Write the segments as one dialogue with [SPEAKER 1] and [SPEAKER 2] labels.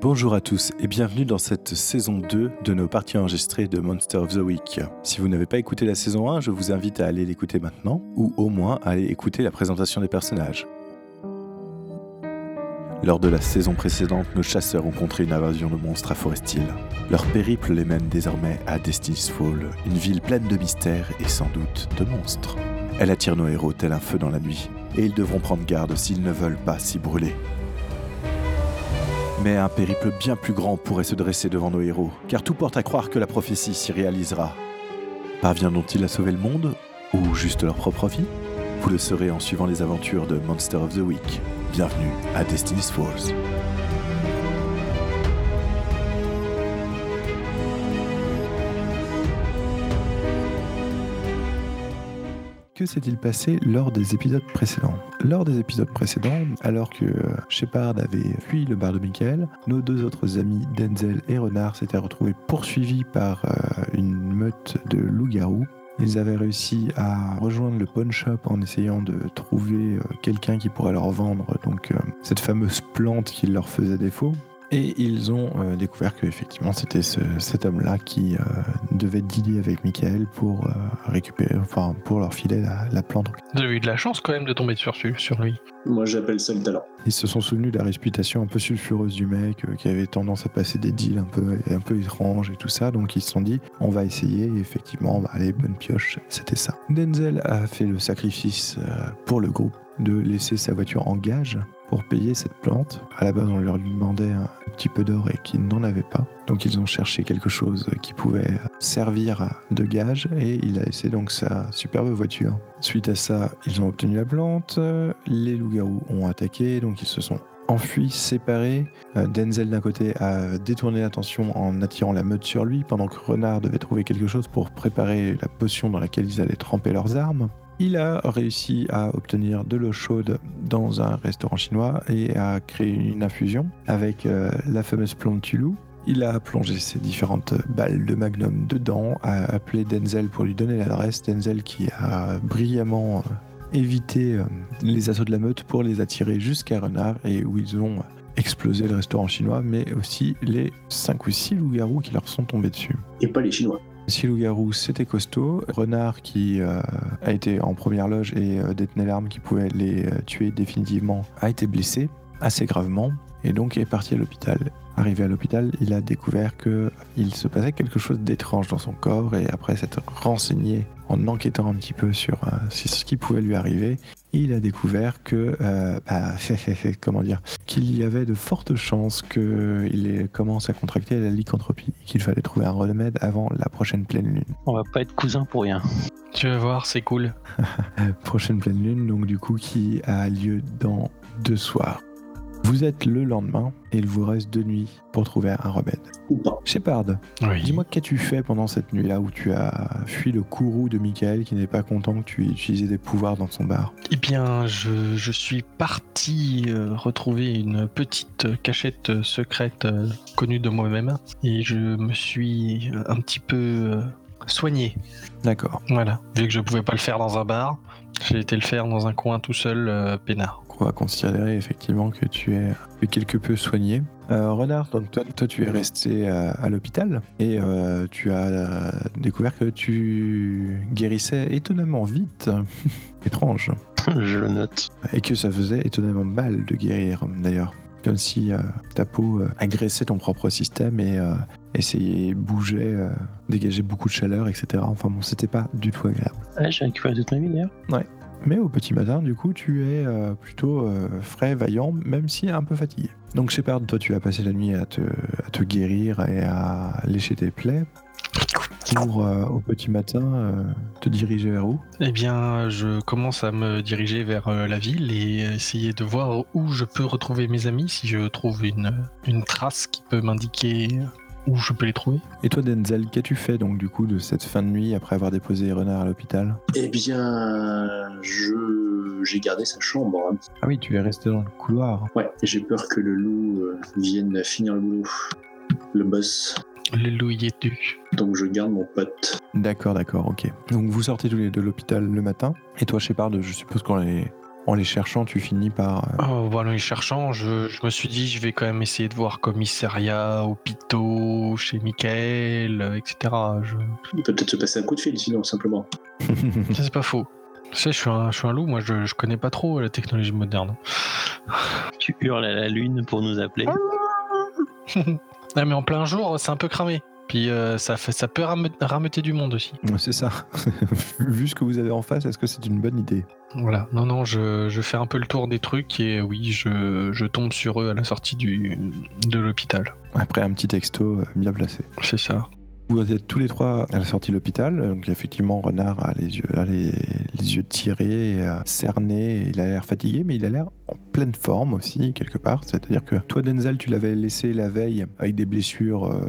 [SPEAKER 1] Bonjour à tous et bienvenue dans cette saison 2 de nos parties enregistrées de Monster of the Week. Si vous n'avez pas écouté la saison 1, je vous invite à aller l'écouter maintenant ou au moins à aller écouter la présentation des personnages. Lors de la saison précédente, nos chasseurs ont contré une invasion de monstres à Forestil. Leur périple les mène désormais à Destiny's Fall, une ville pleine de mystères et sans doute de monstres. Elle attire nos héros tel un feu dans la nuit, et ils devront prendre garde s'ils ne veulent pas s'y brûler. Mais un périple bien plus grand pourrait se dresser devant nos héros, car tout porte à croire que la prophétie s'y réalisera. Parviendront-ils à sauver le monde, ou juste leur propre vie Vous le saurez en suivant les aventures de Monster of the Week. Bienvenue à Destiny's Falls.
[SPEAKER 2] Que s'est-il passé lors des épisodes précédents Lors des épisodes précédents, alors que euh, Shepard avait fui le bar de Michael, nos deux autres amis Denzel et Renard s'étaient retrouvés poursuivis par euh, une meute de loups-garous. Ils avaient réussi à rejoindre le pawn shop en essayant de trouver euh, quelqu'un qui pourrait leur vendre donc euh, cette fameuse plante qui leur faisait défaut. Et ils ont euh, découvert que effectivement c'était ce- cet homme-là qui euh, devait dealer avec Michael pour euh, récupérer, enfin pour leur filer la, la plante.
[SPEAKER 3] Vous avez eu de la chance quand même de tomber sur, sur lui.
[SPEAKER 4] Moi, j'appelle ça le talent.
[SPEAKER 2] Ils se sont souvenus de la réputation un peu sulfureuse du mec, euh, qui avait tendance à passer des deals un peu, un peu étranges et tout ça. Donc ils se sont dit, on va essayer. Et effectivement, bah, les bonnes pioches, c'était ça. Denzel a fait le sacrifice euh, pour le groupe de laisser sa voiture en gage pour payer cette plante. À la base, on leur demandait un petit peu d'or et qu'ils n'en avaient pas. Donc ils ont cherché quelque chose qui pouvait servir de gage et il a laissé donc sa superbe voiture. Suite à ça, ils ont obtenu la plante, euh, les loups-garous ont attaqué, donc ils se sont enfuis, séparés. Euh, Denzel d'un côté a détourné l'attention en attirant la meute sur lui, pendant que Renard devait trouver quelque chose pour préparer la potion dans laquelle ils allaient tremper leurs armes. Il a réussi à obtenir de l'eau chaude dans un restaurant chinois et à créer une infusion avec euh, la fameuse plante Tulu. Il a plongé ses différentes balles de magnum dedans, a appelé Denzel pour lui donner l'adresse. Denzel qui a brillamment euh, évité euh, les assauts de la meute pour les attirer jusqu'à Renard et où ils ont explosé le restaurant chinois, mais aussi les 5 ou 6 loups-garous qui leur sont tombés dessus.
[SPEAKER 4] Et pas les Chinois.
[SPEAKER 2] Si loup-garou, c'était costaud. Renard, qui euh, a été en première loge et euh, détenait l'arme qui pouvait les euh, tuer définitivement, a été blessé assez gravement et donc est parti à l'hôpital. Arrivé à l'hôpital, il a découvert que il se passait quelque chose d'étrange dans son corps et après s'être renseigné en enquêtant un petit peu sur euh, si- ce qui pouvait lui arriver, il a découvert que euh, bah, comment dire qu'il y avait de fortes chances qu'il commence à contracter la lycanthropie et qu'il fallait trouver un remède avant la prochaine pleine lune.
[SPEAKER 5] On va pas être cousins pour rien.
[SPEAKER 3] Tu vas voir, c'est cool.
[SPEAKER 2] Prochaine pleine lune, donc du coup, qui a lieu dans deux soirs. Vous êtes le lendemain et il vous reste deux nuits pour trouver un remède.
[SPEAKER 4] Ou pas.
[SPEAKER 2] Shepard,
[SPEAKER 3] Oui.
[SPEAKER 2] dis-moi qu'as-tu fait pendant cette nuit-là où tu as fui le courroux de Michael qui n'est pas content que tu aies utilisé des pouvoirs dans son bar
[SPEAKER 3] Eh bien, je, je suis parti euh, retrouver une petite euh, cachette euh, secrète euh, connue de moi-même et je me suis euh, un petit peu euh, soigné.
[SPEAKER 2] D'accord.
[SPEAKER 3] Voilà. Vu que je pouvais pas le faire dans un bar, j'ai été le faire dans un coin tout seul, euh, peinard.
[SPEAKER 2] On va considérer effectivement que tu es tu es quelque peu soigné. Euh, Renard, donc toi, toi, tu es resté euh, à l'hôpital et euh, tu as euh, découvert que tu guérissais étonnamment vite, étrange,
[SPEAKER 5] Je le note.
[SPEAKER 2] et que ça faisait étonnamment mal de guérir d'ailleurs. Comme si euh, ta peau euh, agressait ton propre système et euh, essayait, bougeait, euh, dégageait beaucoup de chaleur, etc. Enfin bon, c'était pas du tout agréable.
[SPEAKER 5] Ouais, j'ai récupéré toute ma vie d'ailleurs.
[SPEAKER 2] Mais au petit matin, du coup, tu es euh, plutôt euh, frais, vaillant, même si un peu fatigué. Donc Shepard, toi, tu as passé la nuit à te, à te guérir et à lécher tes plaies pour, euh, au petit matin, euh, te diriger vers où
[SPEAKER 3] Eh bien, je commence à me diriger vers euh, la ville et essayer de voir où je peux retrouver mes amis, si je trouve une, une trace qui peut m'indiquer où je peux les trouver.
[SPEAKER 2] Et toi, Denzel, qu'as-tu fait, donc, du coup, de cette fin de nuit, après avoir déposé Renard à l'hôpital
[SPEAKER 4] Eh bien, je j'ai gardé sa chambre. hein.
[SPEAKER 2] Ah oui, tu es resté dans le couloir.
[SPEAKER 4] Ouais. Et J'ai peur que le loup euh, vienne finir le boulot. Le boss.
[SPEAKER 3] Le loup y est dû.
[SPEAKER 4] Donc je garde mon pote.
[SPEAKER 2] D'accord, d'accord, ok. Donc, vous sortez tous les deux de l'hôpital le matin. Et toi, Shepard, je suppose qu'on est En les cherchant, tu finis par. euh,
[SPEAKER 3] Oh, voilà, en cherchant, je, je me suis dit, je vais quand même essayer de voir commissariat, hôpitaux, chez Michael, euh, etc. Je-
[SPEAKER 4] Il peut peut-être se passer un coup de fil, sinon, simplement.
[SPEAKER 3] Ça, c'est pas faux. Tu sais, je suis un, je suis un loup, moi, je, je connais pas trop la technologie moderne.
[SPEAKER 5] Tu hurles à la lune pour nous appeler.
[SPEAKER 3] Ah, mais en plein jour, c'est un peu cramé. Puis euh, ça, fait, ça peut rame- rameuter du monde aussi.
[SPEAKER 2] Ouais, c'est ça. euh, Vu ce que vous avez en face, est-ce que c'est une bonne idée
[SPEAKER 3] Voilà, non, non, je, je fais un peu le tour des trucs et euh, oui, je, je tombe sur eux à la sortie du, de l'hôpital.
[SPEAKER 2] Après un petit texto euh, bien placé.
[SPEAKER 3] C'est ça.
[SPEAKER 2] Vous êtes tous les trois à la sortie de l'hôpital. Donc effectivement, Renard a les yeux, a les, les yeux tirés, euh, cernés. Il a l'air fatigué, mais il a l'air en pleine forme aussi quelque part. C'est-à-dire que toi, Denzel, tu l'avais laissé la veille avec des blessures, euh,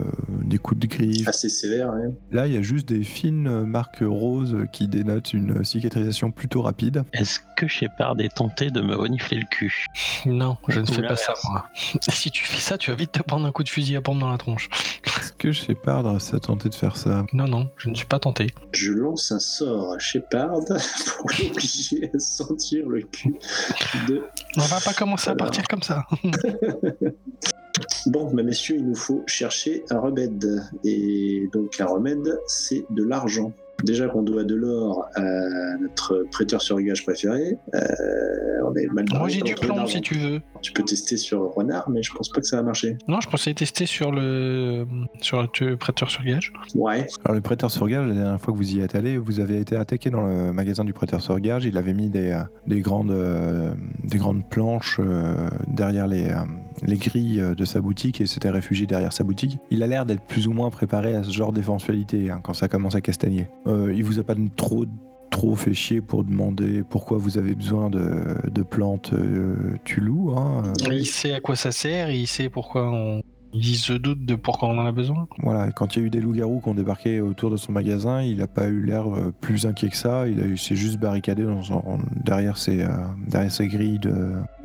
[SPEAKER 2] des coups de griffe.
[SPEAKER 4] Assez sévère, hein. ouais.
[SPEAKER 2] Là, il y a juste des fines euh, marques roses qui dénotent une cicatrisation plutôt rapide.
[SPEAKER 5] Est-ce que Shepard est tenté de me renifler le cul
[SPEAKER 3] Non, je ne
[SPEAKER 5] Ou
[SPEAKER 3] fais pas
[SPEAKER 5] l'inverse.
[SPEAKER 3] ça, moi. Si tu fais ça, tu vas vite te prendre un coup de fusil à pompe dans la tronche.
[SPEAKER 2] Est-ce que Shepard s'est tenté de faire ça
[SPEAKER 3] Non, non, je ne suis pas tenté.
[SPEAKER 4] Je lance un sort à Shepard pour l'obliger à sentir le cul de.
[SPEAKER 3] On va pas commencer à
[SPEAKER 4] Alors.
[SPEAKER 3] partir comme ça.
[SPEAKER 4] Bon, bah, messieurs, il nous faut chercher un remède. Et donc, un remède, c'est de l'argent. Déjà qu'on doit de l'or à notre prêteur sur gage préféré, euh, on est mal
[SPEAKER 3] Moi,
[SPEAKER 4] barré
[SPEAKER 3] j'ai du
[SPEAKER 4] pour trouver
[SPEAKER 3] plomb
[SPEAKER 4] de l'argent.
[SPEAKER 3] si tu veux.
[SPEAKER 4] Tu peux tester sur Renard, mais je pense pas que ça va marcher.
[SPEAKER 3] Non, je pensais tester sur le sur le prêteur sur gage.
[SPEAKER 4] Ouais.
[SPEAKER 2] Alors le prêteur sur gage, la dernière fois que vous y êtes allé, vous avez été attaqué dans le magasin du prêteur sur gage. Il avait mis des, euh, des, grandes, euh, des grandes planches euh, derrière les, euh, les grilles euh, de sa boutique et s'était réfugié derrière sa boutique. Il a l'air d'être plus ou moins préparé à ce genre d'éventualité hein, quand ça commence à castagner. Euh, il vous a pas trop trop fait chier pour demander pourquoi vous avez besoin de, de plantes euh, tu loues. Hein, euh,
[SPEAKER 3] Il sait à quoi ça sert, et il sait pourquoi on. Il se doute de pourquoi on en a besoin.
[SPEAKER 2] Voilà, quand il y a eu des loups-garous qui ont débarqué autour de son magasin, il n'a pas eu l'air euh, plus inquiet que ça. Il, a- il s'est juste barricadé dans son- derrière, ses, euh, derrière ses grilles de,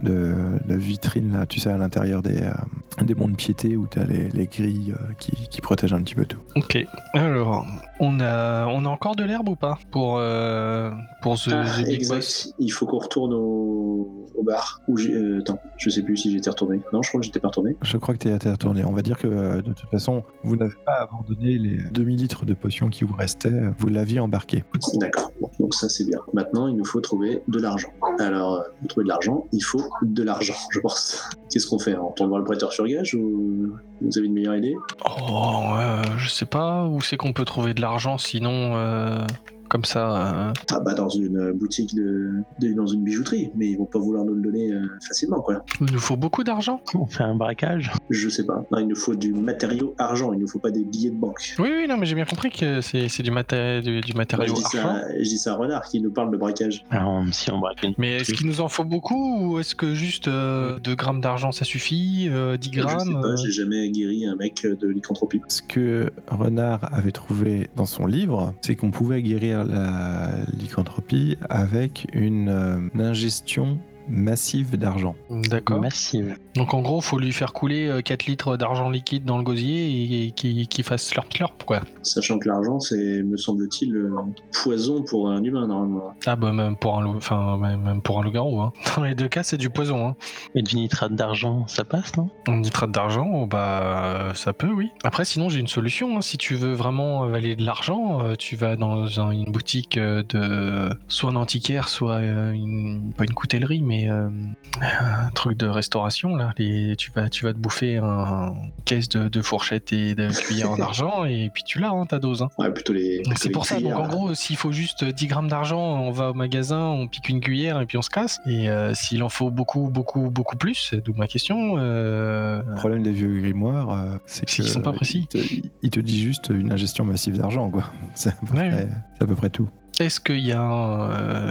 [SPEAKER 2] de, de vitrine, là, tu sais, à l'intérieur des, euh, des monts de piété où tu as les, les grilles euh, qui, qui protègent un petit peu tout.
[SPEAKER 3] Ok. Alors, on a on a encore de l'herbe ou pas pour euh, pour ce
[SPEAKER 4] Ah,
[SPEAKER 3] the Big Boss
[SPEAKER 4] exact. Il faut qu'on retourne au, au bar. Où j'ai- euh, attends, je sais plus si j'étais retourné. Non, je crois que j'étais pas retourné.
[SPEAKER 2] Je crois que tu es retourné. On va dire que euh, de toute façon, vous n'avez
[SPEAKER 3] Ah,
[SPEAKER 2] pas abandonné les demi-litres de potions qui vous restaient, vous l'aviez embarqué.
[SPEAKER 4] D'accord. Bon, donc ça c'est bien. Maintenant, il nous faut trouver de l'argent. Alors, euh, pour trouver de l'argent, il faut de l'argent, je pense. Qu'est-ce qu'on fait On retourne voir le prêteur sur gage ou vous avez une meilleure idée
[SPEAKER 3] Oh, euh, je sais pas où c'est qu'on peut trouver de l'argent, sinon euh, comme ça. euh,
[SPEAKER 4] Ah bah dans une boutique de, de- dans une bijouterie, mais ils vont pas vouloir nous le donner euh, facilement quoi.
[SPEAKER 3] Il nous faut beaucoup d'argent.
[SPEAKER 5] On fait un braquage
[SPEAKER 4] Je sais pas. Non, il nous faut du matériau argent. Il nous faut pas des billets de banque.
[SPEAKER 3] Oui, oui, non, mais j'ai bien compris que c'est c'est du, maté- du, du
[SPEAKER 4] Bah, je,
[SPEAKER 3] matériau
[SPEAKER 4] dis
[SPEAKER 3] argent.
[SPEAKER 4] ça, je dis ça à Renard qui nous parle de braquage.
[SPEAKER 5] Alors, Si on braque une...
[SPEAKER 3] Mais est-ce qu'il nous en faut beaucoup ou est-ce que juste 2 grammes d'argent ça suffit euh, 10
[SPEAKER 4] je sais
[SPEAKER 3] grammes
[SPEAKER 4] pas,
[SPEAKER 3] euh,
[SPEAKER 4] j'ai jamais guéri un mec euh, de lycanthropie.
[SPEAKER 2] Ce que Renard avait trouvé dans son livre, c'est qu'on pouvait guérir la lycanthropie avec une, euh, une ingestion massive d'argent.
[SPEAKER 3] D'accord.
[SPEAKER 5] massive.
[SPEAKER 3] Donc en gros, faut lui faire couler 4 litres d'argent liquide dans le gosier et, et qu'il qu'il fasse slurp slurp quoi.
[SPEAKER 4] Sachant que l'argent, c'est, me semble-t-il, euh, poison pour un humain, normalement.
[SPEAKER 3] Ah bah même pour un loup, enfin même même pour un loup-garou. Hein. Dans les deux cas, c'est du poison. Hein.
[SPEAKER 5] Et du nitrate d'argent, ça passe, non
[SPEAKER 3] On nitrate d'argent, oh bah euh, ça peut, oui. Après, sinon j'ai une solution. hein. Si tu veux vraiment avaler de l'argent, euh, tu vas dans un- une boutique euh, de soit un antiquaire, soit euh, une pas une coutellerie, mais euh, un truc de restauration là. Les- tu vas tu vas te bouffer un, une caisse de, de fourchettes et de cuillères en argent et puis tu l'as hein, ta dose. hein.
[SPEAKER 4] Ouais, plutôt les.
[SPEAKER 3] Donc, C'est
[SPEAKER 4] les
[SPEAKER 3] pour ça. Donc
[SPEAKER 4] cuillères,
[SPEAKER 3] en
[SPEAKER 4] là.
[SPEAKER 3] gros, s'il faut juste 10 grammes d'argent, on va au magasin, on pique une cuillère et puis on se casse. Et euh, s'il en faut beaucoup, beaucoup, beaucoup plus, d'où ma question. euh,
[SPEAKER 2] Le problème des vieux grimoires, euh, c'est
[SPEAKER 3] C'est
[SPEAKER 2] qu'ils
[SPEAKER 3] qu'ils sont pas précis.
[SPEAKER 2] Il te, il te dit juste une ingestion massive d'argent, quoi. C'est à, peu
[SPEAKER 3] Ouais.
[SPEAKER 2] près- c'est à peu près tout.
[SPEAKER 3] Est-ce qu'il y a un, euh,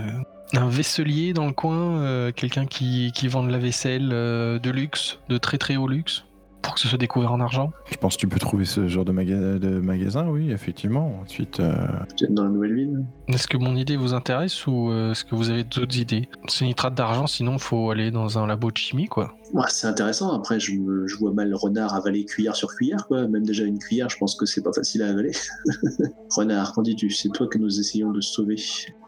[SPEAKER 3] un vaisselier dans le coin euh, Quelqu'un qui, qui vend de la vaisselle euh, de luxe, de très très haut luxe pour que ce soit découvert en argent
[SPEAKER 2] Je pense que tu peux trouver ce genre de, maga- de magasin, oui, effectivement. Ensuite, euh,
[SPEAKER 4] Peut-être dans la nouvelle ville.
[SPEAKER 3] Est-ce que mon idée vous intéresse ou euh, est-ce que vous avez d'autres idées C'est nitrate d'argent, sinon faut aller dans un labo de chimie, quoi.
[SPEAKER 4] Ouais, c'est intéressant. Après, je, me- je vois mal renard avaler cuillère sur cuillère. Quoi. Même déjà une cuillère, je pense que c'est pas facile à avaler. renard, qu'en dis-tu C'est toi que nous essayons de sauver,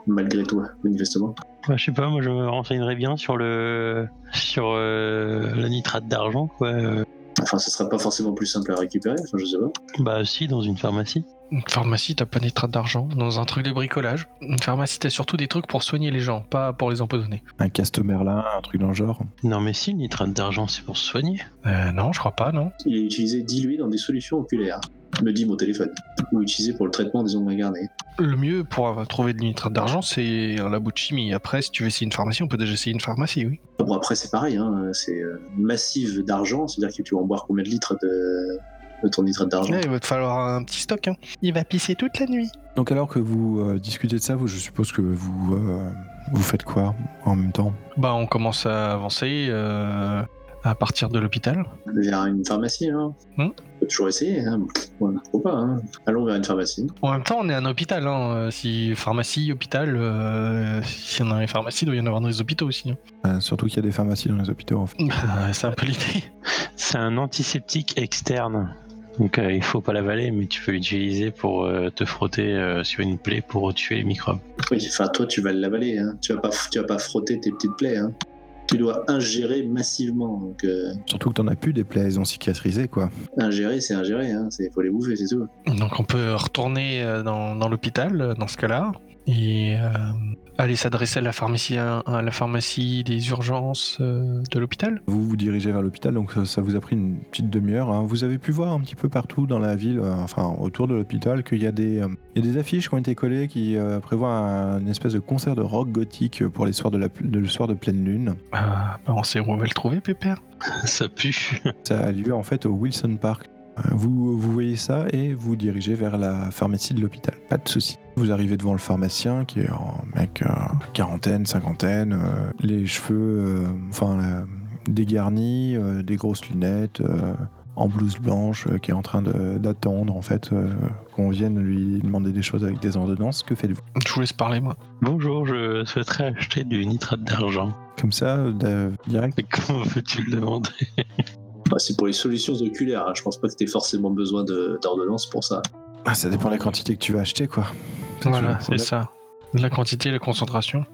[SPEAKER 4] malgré toi, manifestement.
[SPEAKER 5] Bah, je sais pas, moi je me renseignerais bien sur le sur euh, la nitrate d'argent quoi. Euh,
[SPEAKER 4] Enfin, ce sera pas forcément plus simple à récupérer. Enfin, je sais pas.
[SPEAKER 5] Bah si dans une pharmacie.
[SPEAKER 3] Une pharmacie, t'as pas de nitrate d'argent. Dans un truc de bricolage, une pharmacie, t'as surtout des trucs pour soigner les gens, pas pour les empoisonner.
[SPEAKER 2] un castomerlin, un truc dans le genre.
[SPEAKER 5] Non mais si le nitrate d'argent c'est pour se soigner.
[SPEAKER 3] Euh, non, je crois pas, non.
[SPEAKER 4] Il est utilisé dilué dans des solutions oculaires, me dit mon téléphone. Ou utilisé pour le traitement des ongles incarnés.
[SPEAKER 3] Le mieux pour avoir- trouver de nitrate d'argent, c'est un labo de chimie. Après, si tu veux essayer une pharmacie, on peut déjà essayer une pharmacie, oui.
[SPEAKER 4] Ah Bon, après, c'est pareil. Hein. C'est euh, massive d'argent. C'est-à-dire que tu vas en boire combien de litres de, de ton nitrate d'argent
[SPEAKER 3] Là, il va te falloir un petit stock. hein. Il va pisser toute la nuit.
[SPEAKER 2] Donc alors que vous euh, discutez de ça, vous, je suppose que vous, euh, vous faites quoi en même temps
[SPEAKER 3] Bah, on commence à avancer euh, à partir de l'hôpital.
[SPEAKER 4] Vers une pharmacie. Hein.
[SPEAKER 3] Hmm.
[SPEAKER 4] Faut toujours essayer. Hein. Ouais, pourquoi pas hein. Allons vers une pharmacie.
[SPEAKER 3] En même temps, on est un hôpital. hein. Euh, Si pharmacie, hôpital, euh, si on a une pharmacie, il doit y en avoir dans les hôpitaux aussi. hein.
[SPEAKER 2] Euh, Surtout qu'il y a des pharmacies dans les hôpitaux. En fait.
[SPEAKER 3] Bah, c'est un peu l'idée.
[SPEAKER 5] C'est un antiseptique externe. Donc euh, il faut pas l'avaler mais tu peux l'utiliser pour euh, te frotter euh, sur une plaie pour tuer les microbes.
[SPEAKER 4] Oui, enfin, toi, tu vas l'avaler. Hein. Tu, vas pas, tu vas pas frotter tes petites plaies. Hein. Tu dois ingérer massivement. Donc, euh,
[SPEAKER 2] Surtout que t'en as plus des plaies, elles ont cicatrisé quoi.
[SPEAKER 4] ingérer, c'est ingérer. Il faut les bouffer, c'est tout.
[SPEAKER 3] Donc, on peut retourner euh, dans, dans l'hôpital euh, dans ce cas-là et euh, aller s'adresser à la pharmacie, à, à la pharmacie des urgences euh, de l'hôpital.
[SPEAKER 2] Vous vous dirigez vers l'hôpital, donc ça, ça vous a pris une petite demi-heure. hein. Vous avez pu voir un petit peu partout dans la ville, euh, enfin autour de l'hôpital, qu'il y, a des, euh, il y a des affiches qui ont été collées qui euh, prévoient un- une espèce de concert de rock gothique pour les soirs de, la, de- le soir de pleine lune.
[SPEAKER 3] Ah, bah, on sait où on va le trouver, Pépère.
[SPEAKER 5] Ça pue.
[SPEAKER 2] Ça a lieu en fait au Wilson Park. Euh, Vous, vous voyez ça et vous dirigez vers la pharmacie de l'hôpital. Pas de souci. Vous arrivez devant le pharmacien qui est un mec euh, quarantaine, cinquantaine, euh, les cheveux, euh, enfin euh, dégarnis, euh, des grosses lunettes, euh, en blouse blanche, euh, qui est en train de- d'attendre en fait euh, qu'on vienne lui demander des choses avec des ordonnances. Que faites-vous
[SPEAKER 3] Je vous laisse parler, moi.
[SPEAKER 5] Bonjour, je souhaiterais acheter du nitrate d'argent.
[SPEAKER 2] Comme ça, euh, d'a- direct.
[SPEAKER 5] Mais comment veux-tu le demander
[SPEAKER 4] Bah, c'est pour les solutions oculaires. hein. Je pense pas que tu aies forcément besoin de- d'ordonnance pour ça.
[SPEAKER 2] Ah, ça dépend de la quantité que tu vas acheter quoi.
[SPEAKER 3] Voilà, c'est ça. La quantité, la concentration.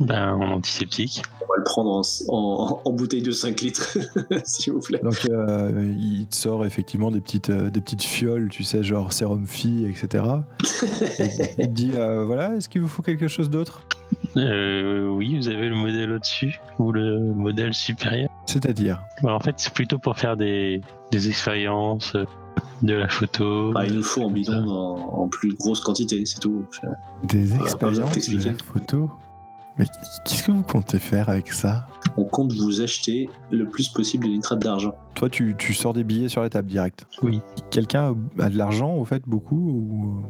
[SPEAKER 5] Ben en antiseptique.
[SPEAKER 4] On va le prendre en, en- en bouteille de 5 litres, s'il vous plaît.
[SPEAKER 2] Donc euh, il te sort effectivement des petites, euh, des petites fioles, tu sais, genre sérum fille, etc. Et il te dit, euh, voilà, est-ce qu'il vous faut quelque chose d'autre
[SPEAKER 5] Euh, oui, vous avez le modèle au-dessus ou le modèle supérieur.
[SPEAKER 2] C'est-à-dire
[SPEAKER 5] Ben, en fait, c'est plutôt pour faire des, des expériences, euh, de la photo.
[SPEAKER 4] Bah, il nous faut en bidon en, en plus grosse quantité, c'est tout.
[SPEAKER 2] des
[SPEAKER 4] pas besoin de
[SPEAKER 2] expériences de
[SPEAKER 4] t'expliquer.
[SPEAKER 2] la photo Mais qu'est-ce que vous comptez faire avec ça
[SPEAKER 4] On compte vous acheter le plus possible de nitrate d'argent.
[SPEAKER 2] Toi, tu, tu sors des billets sur la table direct.
[SPEAKER 5] Oui.
[SPEAKER 2] Quelqu'un a de l'argent, au fait, beaucoup Ou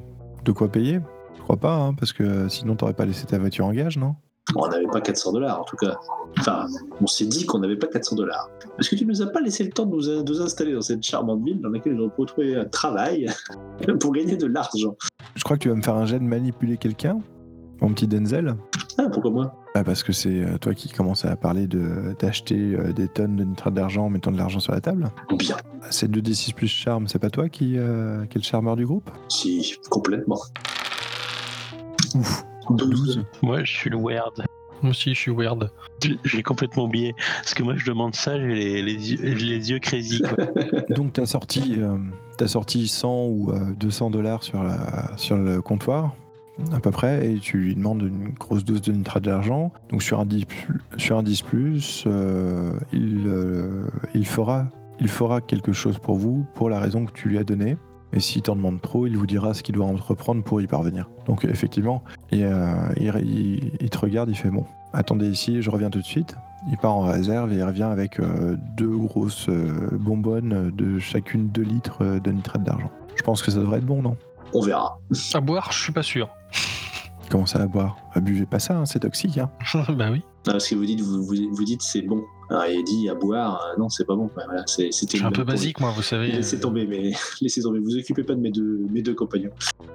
[SPEAKER 2] de quoi payer Je crois pas, hein, parce que sinon, t'aurais pas laissé ta voiture en gage, non
[SPEAKER 4] Bon, on n'avait pas 400 dollars en tout cas. Enfin, on s'est dit qu'on n'avait pas 400 dollars. Parce que tu nous as pas laissé le temps de nous, de nous installer dans cette charmante ville dans laquelle nous avons pu trouver un travail pour gagner de l'argent.
[SPEAKER 2] Je crois que tu vas me faire un jet de manipuler quelqu'un, mon petit Denzel.
[SPEAKER 4] Ah, pourquoi moi
[SPEAKER 2] Ah, parce que c'est euh, toi qui commences à parler de d'acheter euh, des tonnes de nitrate d'argent en mettant de l'argent sur la table.
[SPEAKER 4] Bien.
[SPEAKER 2] C'est 2d6 plus charme, c'est pas toi qui, euh, qui est le charmeur du groupe
[SPEAKER 4] Si, complètement.
[SPEAKER 2] Ouf,
[SPEAKER 5] Moi, je suis le weird.
[SPEAKER 3] Moi aussi, je suis weird.
[SPEAKER 5] Je- J'ai complètement oublié. Parce que moi, je demande ça, j'ai les, les, yeux- j'ai les yeux crazy. quoi.
[SPEAKER 2] Donc t'as sorti, euh, t'as sorti 100 ou euh, 200 dollars sur, la- sur le comptoir, à peu près, et tu lui demandes une grosse dose de nitrate d'argent. Donc sur un 10, plus- sur un 10 plus, euh, il, euh, il, fera, il fera quelque chose pour vous, pour la raison que tu lui as donnée. Et s'il t'en demande trop, il vous dira ce qu'il doit entreprendre pour y parvenir. Donc effectivement, et, euh, il, il- il te regarde, il fait bon, attendez ici, je reviens tout de suite. Il part en réserve et il revient avec euh, deux grosses euh, bonbonnes de chacune 2 litres euh, de nitrate d'argent. Je pense que ça devrait être bon, non
[SPEAKER 4] On verra.
[SPEAKER 3] À boire, je suis pas sûr.
[SPEAKER 2] commencez à boire. Ah, buvez pas ça, hein, c'est toxique. hein.
[SPEAKER 3] bah oui,
[SPEAKER 4] Non, parce que vous dites, vous, vous, vous dites c'est bon. Alors, il dit à boire, euh, non, c'est pas bon. Ouais, voilà, c'est-
[SPEAKER 3] je
[SPEAKER 4] c'était
[SPEAKER 3] suis un
[SPEAKER 4] une
[SPEAKER 3] peu
[SPEAKER 4] blague pour
[SPEAKER 3] basique, moi, vous
[SPEAKER 4] lui.
[SPEAKER 3] savez.
[SPEAKER 4] Laissez
[SPEAKER 3] euh,
[SPEAKER 4] tomber, Bah mais laissez tomber. Vous occupez pas de mes deux, mes deux compagnons.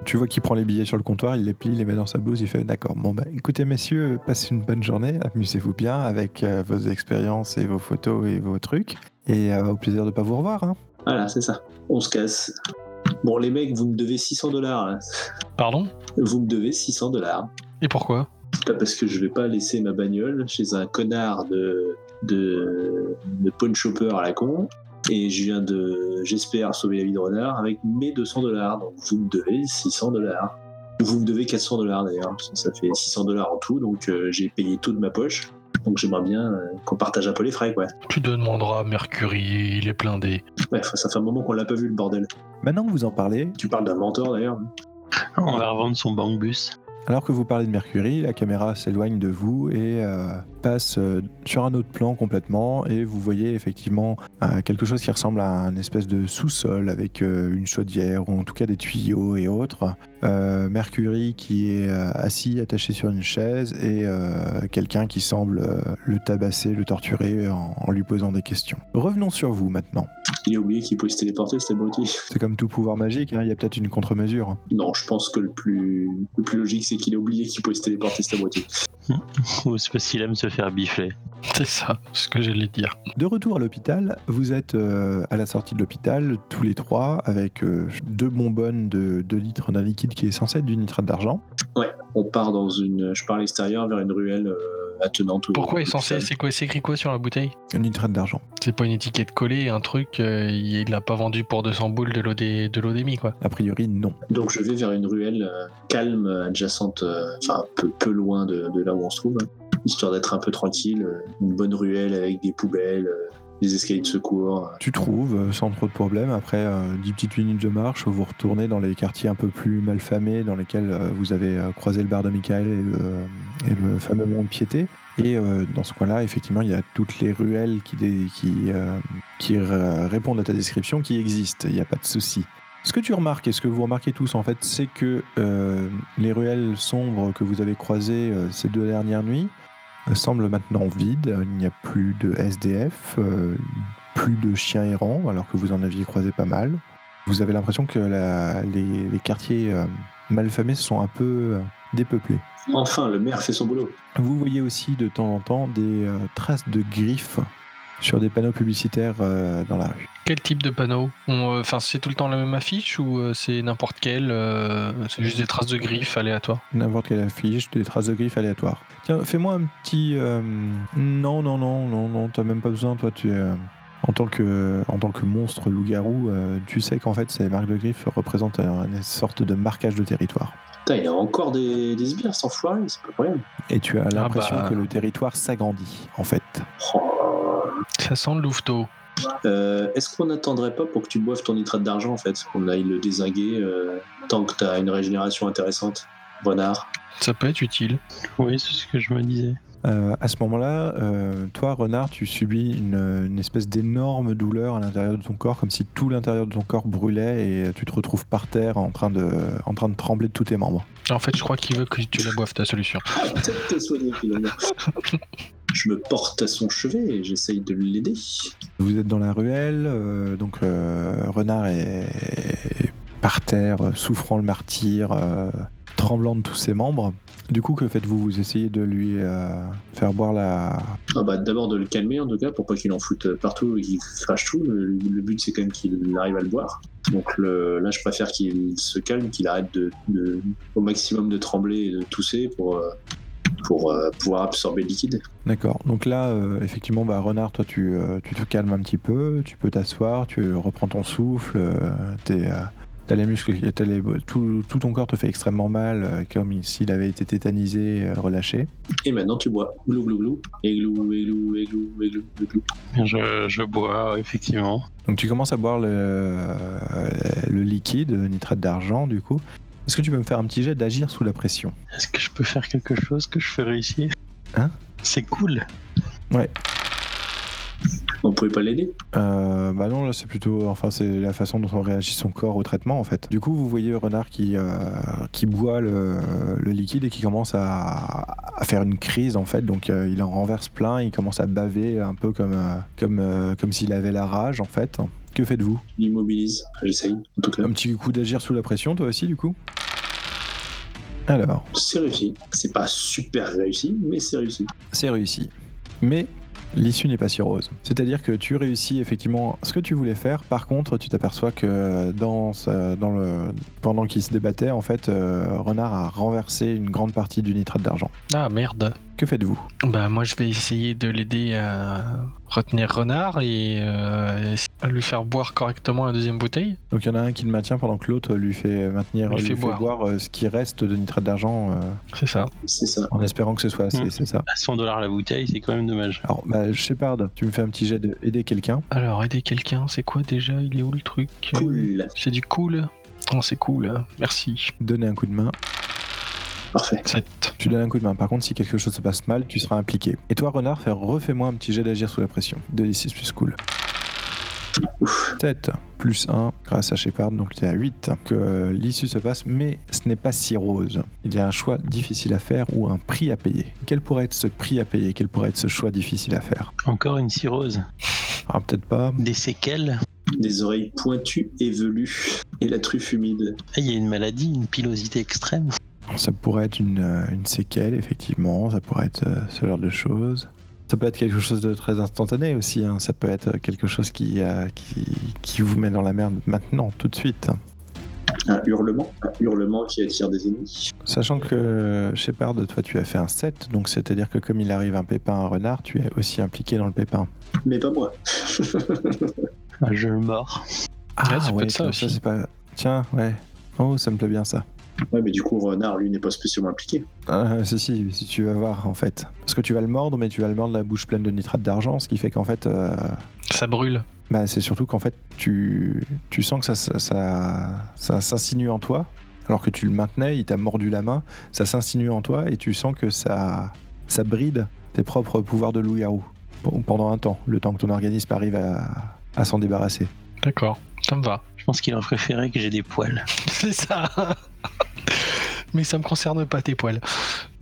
[SPEAKER 2] Tu vois qu'il prend les billets sur le comptoir, il les plie, il les met dans sa blouse, il fait d'accord. Bon bah écoutez messieurs, passez une bonne journée, amusez-vous bien avec euh, vos expériences et vos photos et vos trucs. Et euh, au plaisir de pas vous revoir. Hein.
[SPEAKER 4] Voilà, c'est ça. On se casse. Bon, les mecs, vous me devez 600 dollars.
[SPEAKER 3] Pardon
[SPEAKER 4] Vous me devez 600 dollars.
[SPEAKER 3] Et pourquoi
[SPEAKER 4] Pas parce que je vais pas laisser ma bagnole chez un connard de, de, de pawn shopper à la con. Et je viens de, j'espère, sauver la vie de renard avec mes 200 dollars. Donc vous me devez 600 dollars. Vous me devez 400 dollars d'ailleurs. parce que Ça fait 600 dollars en tout. Donc euh, j'ai payé tout de ma poche. Donc j'aimerais bien euh, qu'on partage un peu les frais, quoi.
[SPEAKER 3] Tu demanderas à Mercury, il est blindé.
[SPEAKER 4] Ouais, enfin, ça fait un moment qu'on l'a pas vu le bordel.
[SPEAKER 2] Maintenant que vous en parlez,
[SPEAKER 4] Tu parles d'un mentor d'ailleurs.
[SPEAKER 5] On va revendre son bank bus.
[SPEAKER 2] alors que vous parlez de Mercury, la caméra s'éloigne de vous et euh, passe euh, sur un autre plan complètement. Et vous voyez effectivement euh, quelque chose qui ressemble à un espèce de sous-sol avec euh, une chaudière ou en tout cas des tuyaux et autres. Euh, Mercury qui est euh, assis attaché sur une chaise et euh, quelqu'un qui semble euh, le tabasser, le torturer en, en lui posant des questions. Revenons sur vous maintenant.
[SPEAKER 4] Il a oublié qu'il pouvait se téléporter, cet abruti.
[SPEAKER 2] C'est comme tout pouvoir magique, hein, il y a peut-être une contre-mesure.
[SPEAKER 4] Non, je pense que le plus, le plus logique, c'est qu'il a oublié qu'il pouvait se téléporter, cet abruti.
[SPEAKER 5] Ou c'est parce qu'il aime se faire bifler.
[SPEAKER 3] C'est ça, ce que j'allais dire.
[SPEAKER 2] De retour à l'hôpital, vous êtes euh, à la sortie de l'hôpital, tous les trois, avec euh, deux bonbonnes de 2 litres d'un liquide qui est censé être du nitrate d'argent.
[SPEAKER 4] On part dans une, je pars à l'extérieur vers une ruelle euh, attenante. au-
[SPEAKER 3] Pourquoi il est
[SPEAKER 4] au
[SPEAKER 3] censé
[SPEAKER 4] hôpital.
[SPEAKER 3] C'est quoi C'est écrit quoi sur la bouteille
[SPEAKER 2] Un nitrate d'argent.
[SPEAKER 3] C'est pas une étiquette collée, un truc, euh, il l'a pas vendu pour 200 boules de l'OD de l'ODMI, quoi.
[SPEAKER 2] A priori, non.
[SPEAKER 4] Donc je vais vers une ruelle euh, calme, euh, adjacente, euh, enfin peu, peu loin de, de là où on se trouve, hein, histoire d'être un peu tranquille. euh, Une bonne ruelle avec des poubelles, euh, des escaliers de secours.
[SPEAKER 2] Tu trouves, euh, sans trop de problèmes, après euh, 10 petites minutes de marche, vous retournez dans les quartiers un peu plus malfamés dans lesquels euh, vous avez euh, croisé le bar de Michael et, le- et le fameux monde piété. Et euh, dans ce coin-là, effectivement, il y a toutes les ruelles qui, dé- qui, euh, qui r- répondent à ta description qui existent, il n'y a pas de souci. Ce que tu remarques et ce que vous remarquez tous en fait, c'est que euh, les ruelles sombres que vous avez croisées euh, ces deux dernières nuits euh, semblent maintenant vides. Il n'y a plus de SDF, euh, plus de chiens errants, alors que vous en aviez croisé pas mal. Vous avez l'impression que la- les, les quartiers euh, malfamés se sont un peu euh, dépeuplés.
[SPEAKER 4] Enfin, le maire fait son boulot.
[SPEAKER 2] Vous voyez aussi de temps en temps des euh, traces de griffes sur des panneaux publicitaires euh, dans la rue.
[SPEAKER 3] Quel type de panneau euh, Enfin, c'est tout le temps la même affiche ou euh, c'est n'importe quelle euh, C'est juste des traces de griffes aléatoires.
[SPEAKER 2] N'importe quelle affiche, des traces de griffes aléatoires. Tiens, fais-moi un petit. euh, Non, non, non, non, non, t'as même pas besoin, toi, tu es. euh, En tant, que, en tant que monstre loup-garou, euh, tu sais qu'en fait, ces marques de griffes représentent euh, une sorte de marquage de territoire.
[SPEAKER 4] Putain, il a encore des, des sbires, sans foiré, c'est pas vrai.
[SPEAKER 2] Et tu as l'impression
[SPEAKER 3] bah.
[SPEAKER 2] que le territoire s'agrandit, en fait.
[SPEAKER 4] Oh.
[SPEAKER 3] Ça sent le louveteau.
[SPEAKER 4] Euh, Est-ce qu'on n'attendrait pas pour que tu boives ton nitrate d'argent en fait Qu'on aille le désinguer euh, tant que t'as une régénération intéressante Renard.
[SPEAKER 3] Ça peut être utile.
[SPEAKER 5] Oui, c'est ce que je me disais.
[SPEAKER 2] Euh, à ce moment-là, euh, toi, renard, tu subis une, une espèce d'énorme douleur à l'intérieur de ton corps, comme si tout l'intérieur de ton corps brûlait et tu te retrouves par terre en train de, en train de trembler de tous tes membres.
[SPEAKER 3] En fait, je crois qu'il veut que tu la boives ta solution.
[SPEAKER 4] Ah, Peut-être te soigner finalement. Je me porte à son chevet et j'essaye de l'aider.
[SPEAKER 2] Vous êtes dans la ruelle, euh, donc euh, Renard est, est par terre, euh, souffrant le martyr, euh, tremblant de tous ses membres. Du coup, que faites-vous Vous essayez de lui euh, faire boire la...
[SPEAKER 4] Ah bah, D'abord de le calmer en tout cas pour pas qu'il en foute partout et qu'il crache tout. Le, le but c'est quand même qu'il arrive à le boire. Donc le- là je préfère qu'il se calme, qu'il arrête de, de- au maximum de trembler et de tousser pour, euh, pour euh, pouvoir absorber le liquide.
[SPEAKER 2] D'accord. Donc là, euh, effectivement, bah, Renard, toi, tu, euh, tu te calmes un petit peu, tu peux t'asseoir, tu reprends ton souffle, euh, t'es, euh, t'as les muscles, qui- t'as les- bah, tout, tout ton corps te fait extrêmement mal, euh, comme s'il avait été tétanisé, euh, relâché.
[SPEAKER 4] Et maintenant tu bois. Glou glou glou. Et glou et glou et glou et glou et glou.
[SPEAKER 5] Je, je bois, effectivement.
[SPEAKER 2] Donc tu commences à boire le, euh, le liquide, le nitrate d'argent du coup. Est-ce que tu peux me faire un petit jet d'agir sous la pression
[SPEAKER 5] Est-ce que je peux faire quelque chose que je fais réussir
[SPEAKER 2] Hein
[SPEAKER 5] C'est cool.
[SPEAKER 2] Ouais.
[SPEAKER 4] On pouvait pas l'aider
[SPEAKER 2] Euh, bah non, là c'est plutôt, enfin c'est la façon dont on réagit son corps au traitement en fait. Du coup, vous voyez le renard qui euh, qui boit le, le liquide et qui commence à, à faire une crise en fait. Donc euh, il en renverse plein, il commence à baver un peu comme euh, comme euh, comme s'il avait la rage en fait. Que faites-vous
[SPEAKER 4] On l'immobilise. J'essaye, en tout cas.
[SPEAKER 2] Un petit coup d'agir sous la pression, toi aussi du coup Alors,
[SPEAKER 4] C'est réussi. C'est pas super réussi, mais c'est réussi.
[SPEAKER 2] c'est réussi. Mais l'issue n'est pas si rose. C'est-à-dire que tu réussis effectivement ce que tu voulais faire. Par contre, tu t'aperçois que dans, ce- dans le, pendant qu'il se débattait, en fait, euh, Renard a renversé une grande partie du nitrate d'argent.
[SPEAKER 3] Ah merde.
[SPEAKER 2] Que faites-vous
[SPEAKER 3] Bah moi je vais essayer de l'aider à retenir Renard et euh, à lui faire boire correctement la deuxième bouteille.
[SPEAKER 2] Donc il y en a un qui le maintient pendant que l'autre lui fait maintenir,
[SPEAKER 3] Lui fait boire.
[SPEAKER 2] euh, ce qui reste de nitrate d'argent euh,
[SPEAKER 3] C'est ça.
[SPEAKER 4] C'est ça.
[SPEAKER 2] en espérant que ce soit assez,
[SPEAKER 5] Mm.
[SPEAKER 2] c'est ça.
[SPEAKER 5] À 100 dollars la bouteille, c'est quand même dommage.
[SPEAKER 2] Alors, bah, Shepard, tu me fais un petit jet d'aider quelqu'un.
[SPEAKER 3] Alors aider quelqu'un, c'est quoi déjà Il est où le truc
[SPEAKER 4] Cool.
[SPEAKER 3] C'est du cool. Oh c'est cool. Merci.
[SPEAKER 2] Donner un coup de main.
[SPEAKER 4] Parfait.
[SPEAKER 3] 7.
[SPEAKER 2] Tu donnes un coup de main. Par contre, si quelque chose se passe mal, tu seras impliqué. Et toi, renard, fais- refais-moi un petit jet d'agir sous la pression. 2d6 plus cool.
[SPEAKER 4] Ouf.
[SPEAKER 2] 7 plus 1 grâce à Shepard, donc tu es à 8. Que euh, l'issue se passe, mais ce n'est pas si rose. Il y a un choix difficile à faire ou un prix à payer. Quel pourrait être ce prix à payer Quel pourrait être ce choix difficile à faire
[SPEAKER 5] Encore une cirrhose.
[SPEAKER 2] Ah, peut-être pas.
[SPEAKER 5] Des séquelles.
[SPEAKER 4] Des oreilles pointues et velues. Et la truffe humide.
[SPEAKER 5] Ah, Il y a une maladie, une pilosité extrême.
[SPEAKER 2] Ça pourrait être une, euh, une séquelle, effectivement. Ça pourrait être euh, ce genre de choses. Ça peut être quelque chose de très instantané aussi. hein. Ça peut être quelque chose qui, euh, qui, qui vous met dans la merde maintenant, tout de suite.
[SPEAKER 4] Un hurlement. Un hurlement qui attire des ennemis.
[SPEAKER 2] Sachant que euh, Shepard, toi, tu as fait un 7. Donc, c'est-à-dire que comme il arrive un pépin à un renard, tu es aussi impliqué dans le pépin.
[SPEAKER 4] Mais pas moi.
[SPEAKER 5] Un jeu mort.
[SPEAKER 3] Ah, ça peut être ça
[SPEAKER 2] comme
[SPEAKER 3] aussi.
[SPEAKER 2] c'est pas... Tiens, ouais. Oh, ça me plaît bien ça.
[SPEAKER 4] ouais, mais du coup, Renard, lui, n'est pas spécialement impliqué.
[SPEAKER 2] Ah, si, si, si tu vas voir en fait. Parce que tu vas le mordre, mais tu vas le mordre la bouche pleine de nitrate d'argent, ce qui fait qu'en fait, euh,
[SPEAKER 3] Ça brûle.
[SPEAKER 2] Bah, c'est surtout qu'en fait, tu, tu sens que ça, ça, ça, ça s'insinue en toi, alors que tu le maintenais, il t'a mordu la main, ça s'insinue en toi et tu sens que ça, ça bride tes propres pouvoirs de loup-garou P- pendant un temps, le temps que ton organisme arrive à, à s'en débarrasser.
[SPEAKER 3] D'accord. Ça me va.
[SPEAKER 5] Je pense qu'il aurait préféré que j'ai des poils.
[SPEAKER 3] C'est ça. mais ça me concerne pas tes poils.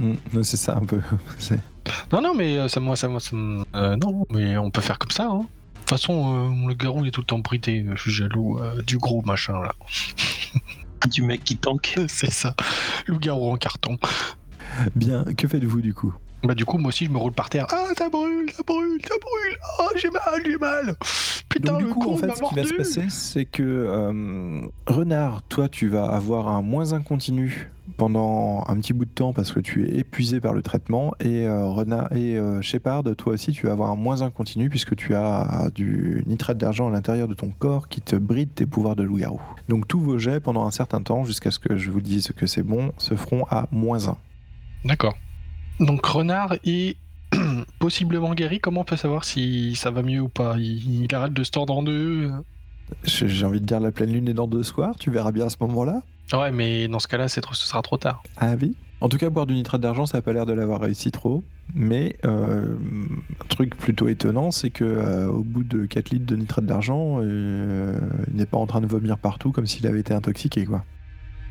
[SPEAKER 2] Hmm, c'est ça un peu. c'est-
[SPEAKER 3] Non, non, mais euh, ça, moi, ça, moi, ça me- euh, non, mais on peut faire comme ça. hein. De toute façon, euh, le garou il est tout le temps bridé. Je suis jaloux euh, du gros machin là.
[SPEAKER 5] Du mec qui tank.
[SPEAKER 3] C'est ça. Le garou en carton.
[SPEAKER 2] Bien, que faites-vous du coup
[SPEAKER 3] Bah du coup, moi aussi, je me roule par terre. Ah, ça brûle, ça brûle, ça brûle. Ah, j'ai mal, j'ai mal. Putain,
[SPEAKER 2] Donc,
[SPEAKER 3] le
[SPEAKER 2] du coup,
[SPEAKER 3] con,
[SPEAKER 2] en fait,
[SPEAKER 3] m'a
[SPEAKER 2] ce qui va se
[SPEAKER 3] mordu.
[SPEAKER 2] passer, c'est que euh, Renard, toi, tu vas avoir un moins un continu pendant un petit bout de temps parce que tu es épuisé par le traitement. Et euh, Renard et euh, Shepard, toi aussi, tu vas avoir un moins un continu puisque tu as du nitrate d'argent à l'intérieur de ton corps qui te bride tes pouvoirs de loup-garou. Donc, tous vos jets pendant un certain temps, jusqu'à ce que je vous dise que c'est bon, se feront à moins un.
[SPEAKER 3] D'accord. Donc renard est possiblement guéri. Comment on peut savoir si ça va mieux ou pas il, il arrête de se tordre en deux.
[SPEAKER 2] J'ai j'ai envie de dire la pleine lune est dans deux squares. Tu verras bien à ce moment-là.
[SPEAKER 3] Ouais, mais dans ce cas-là, c'est trop- ce sera trop tard.
[SPEAKER 2] Ah oui En tout cas, boire du nitrate d'argent, ça n'a pas l'air de l'avoir réussi trop. Mais euh, un truc plutôt étonnant, c'est que euh, au bout de 4 litres de nitrate d'argent, euh, il n'est pas en train de vomir partout comme s'il avait été intoxiqué, quoi.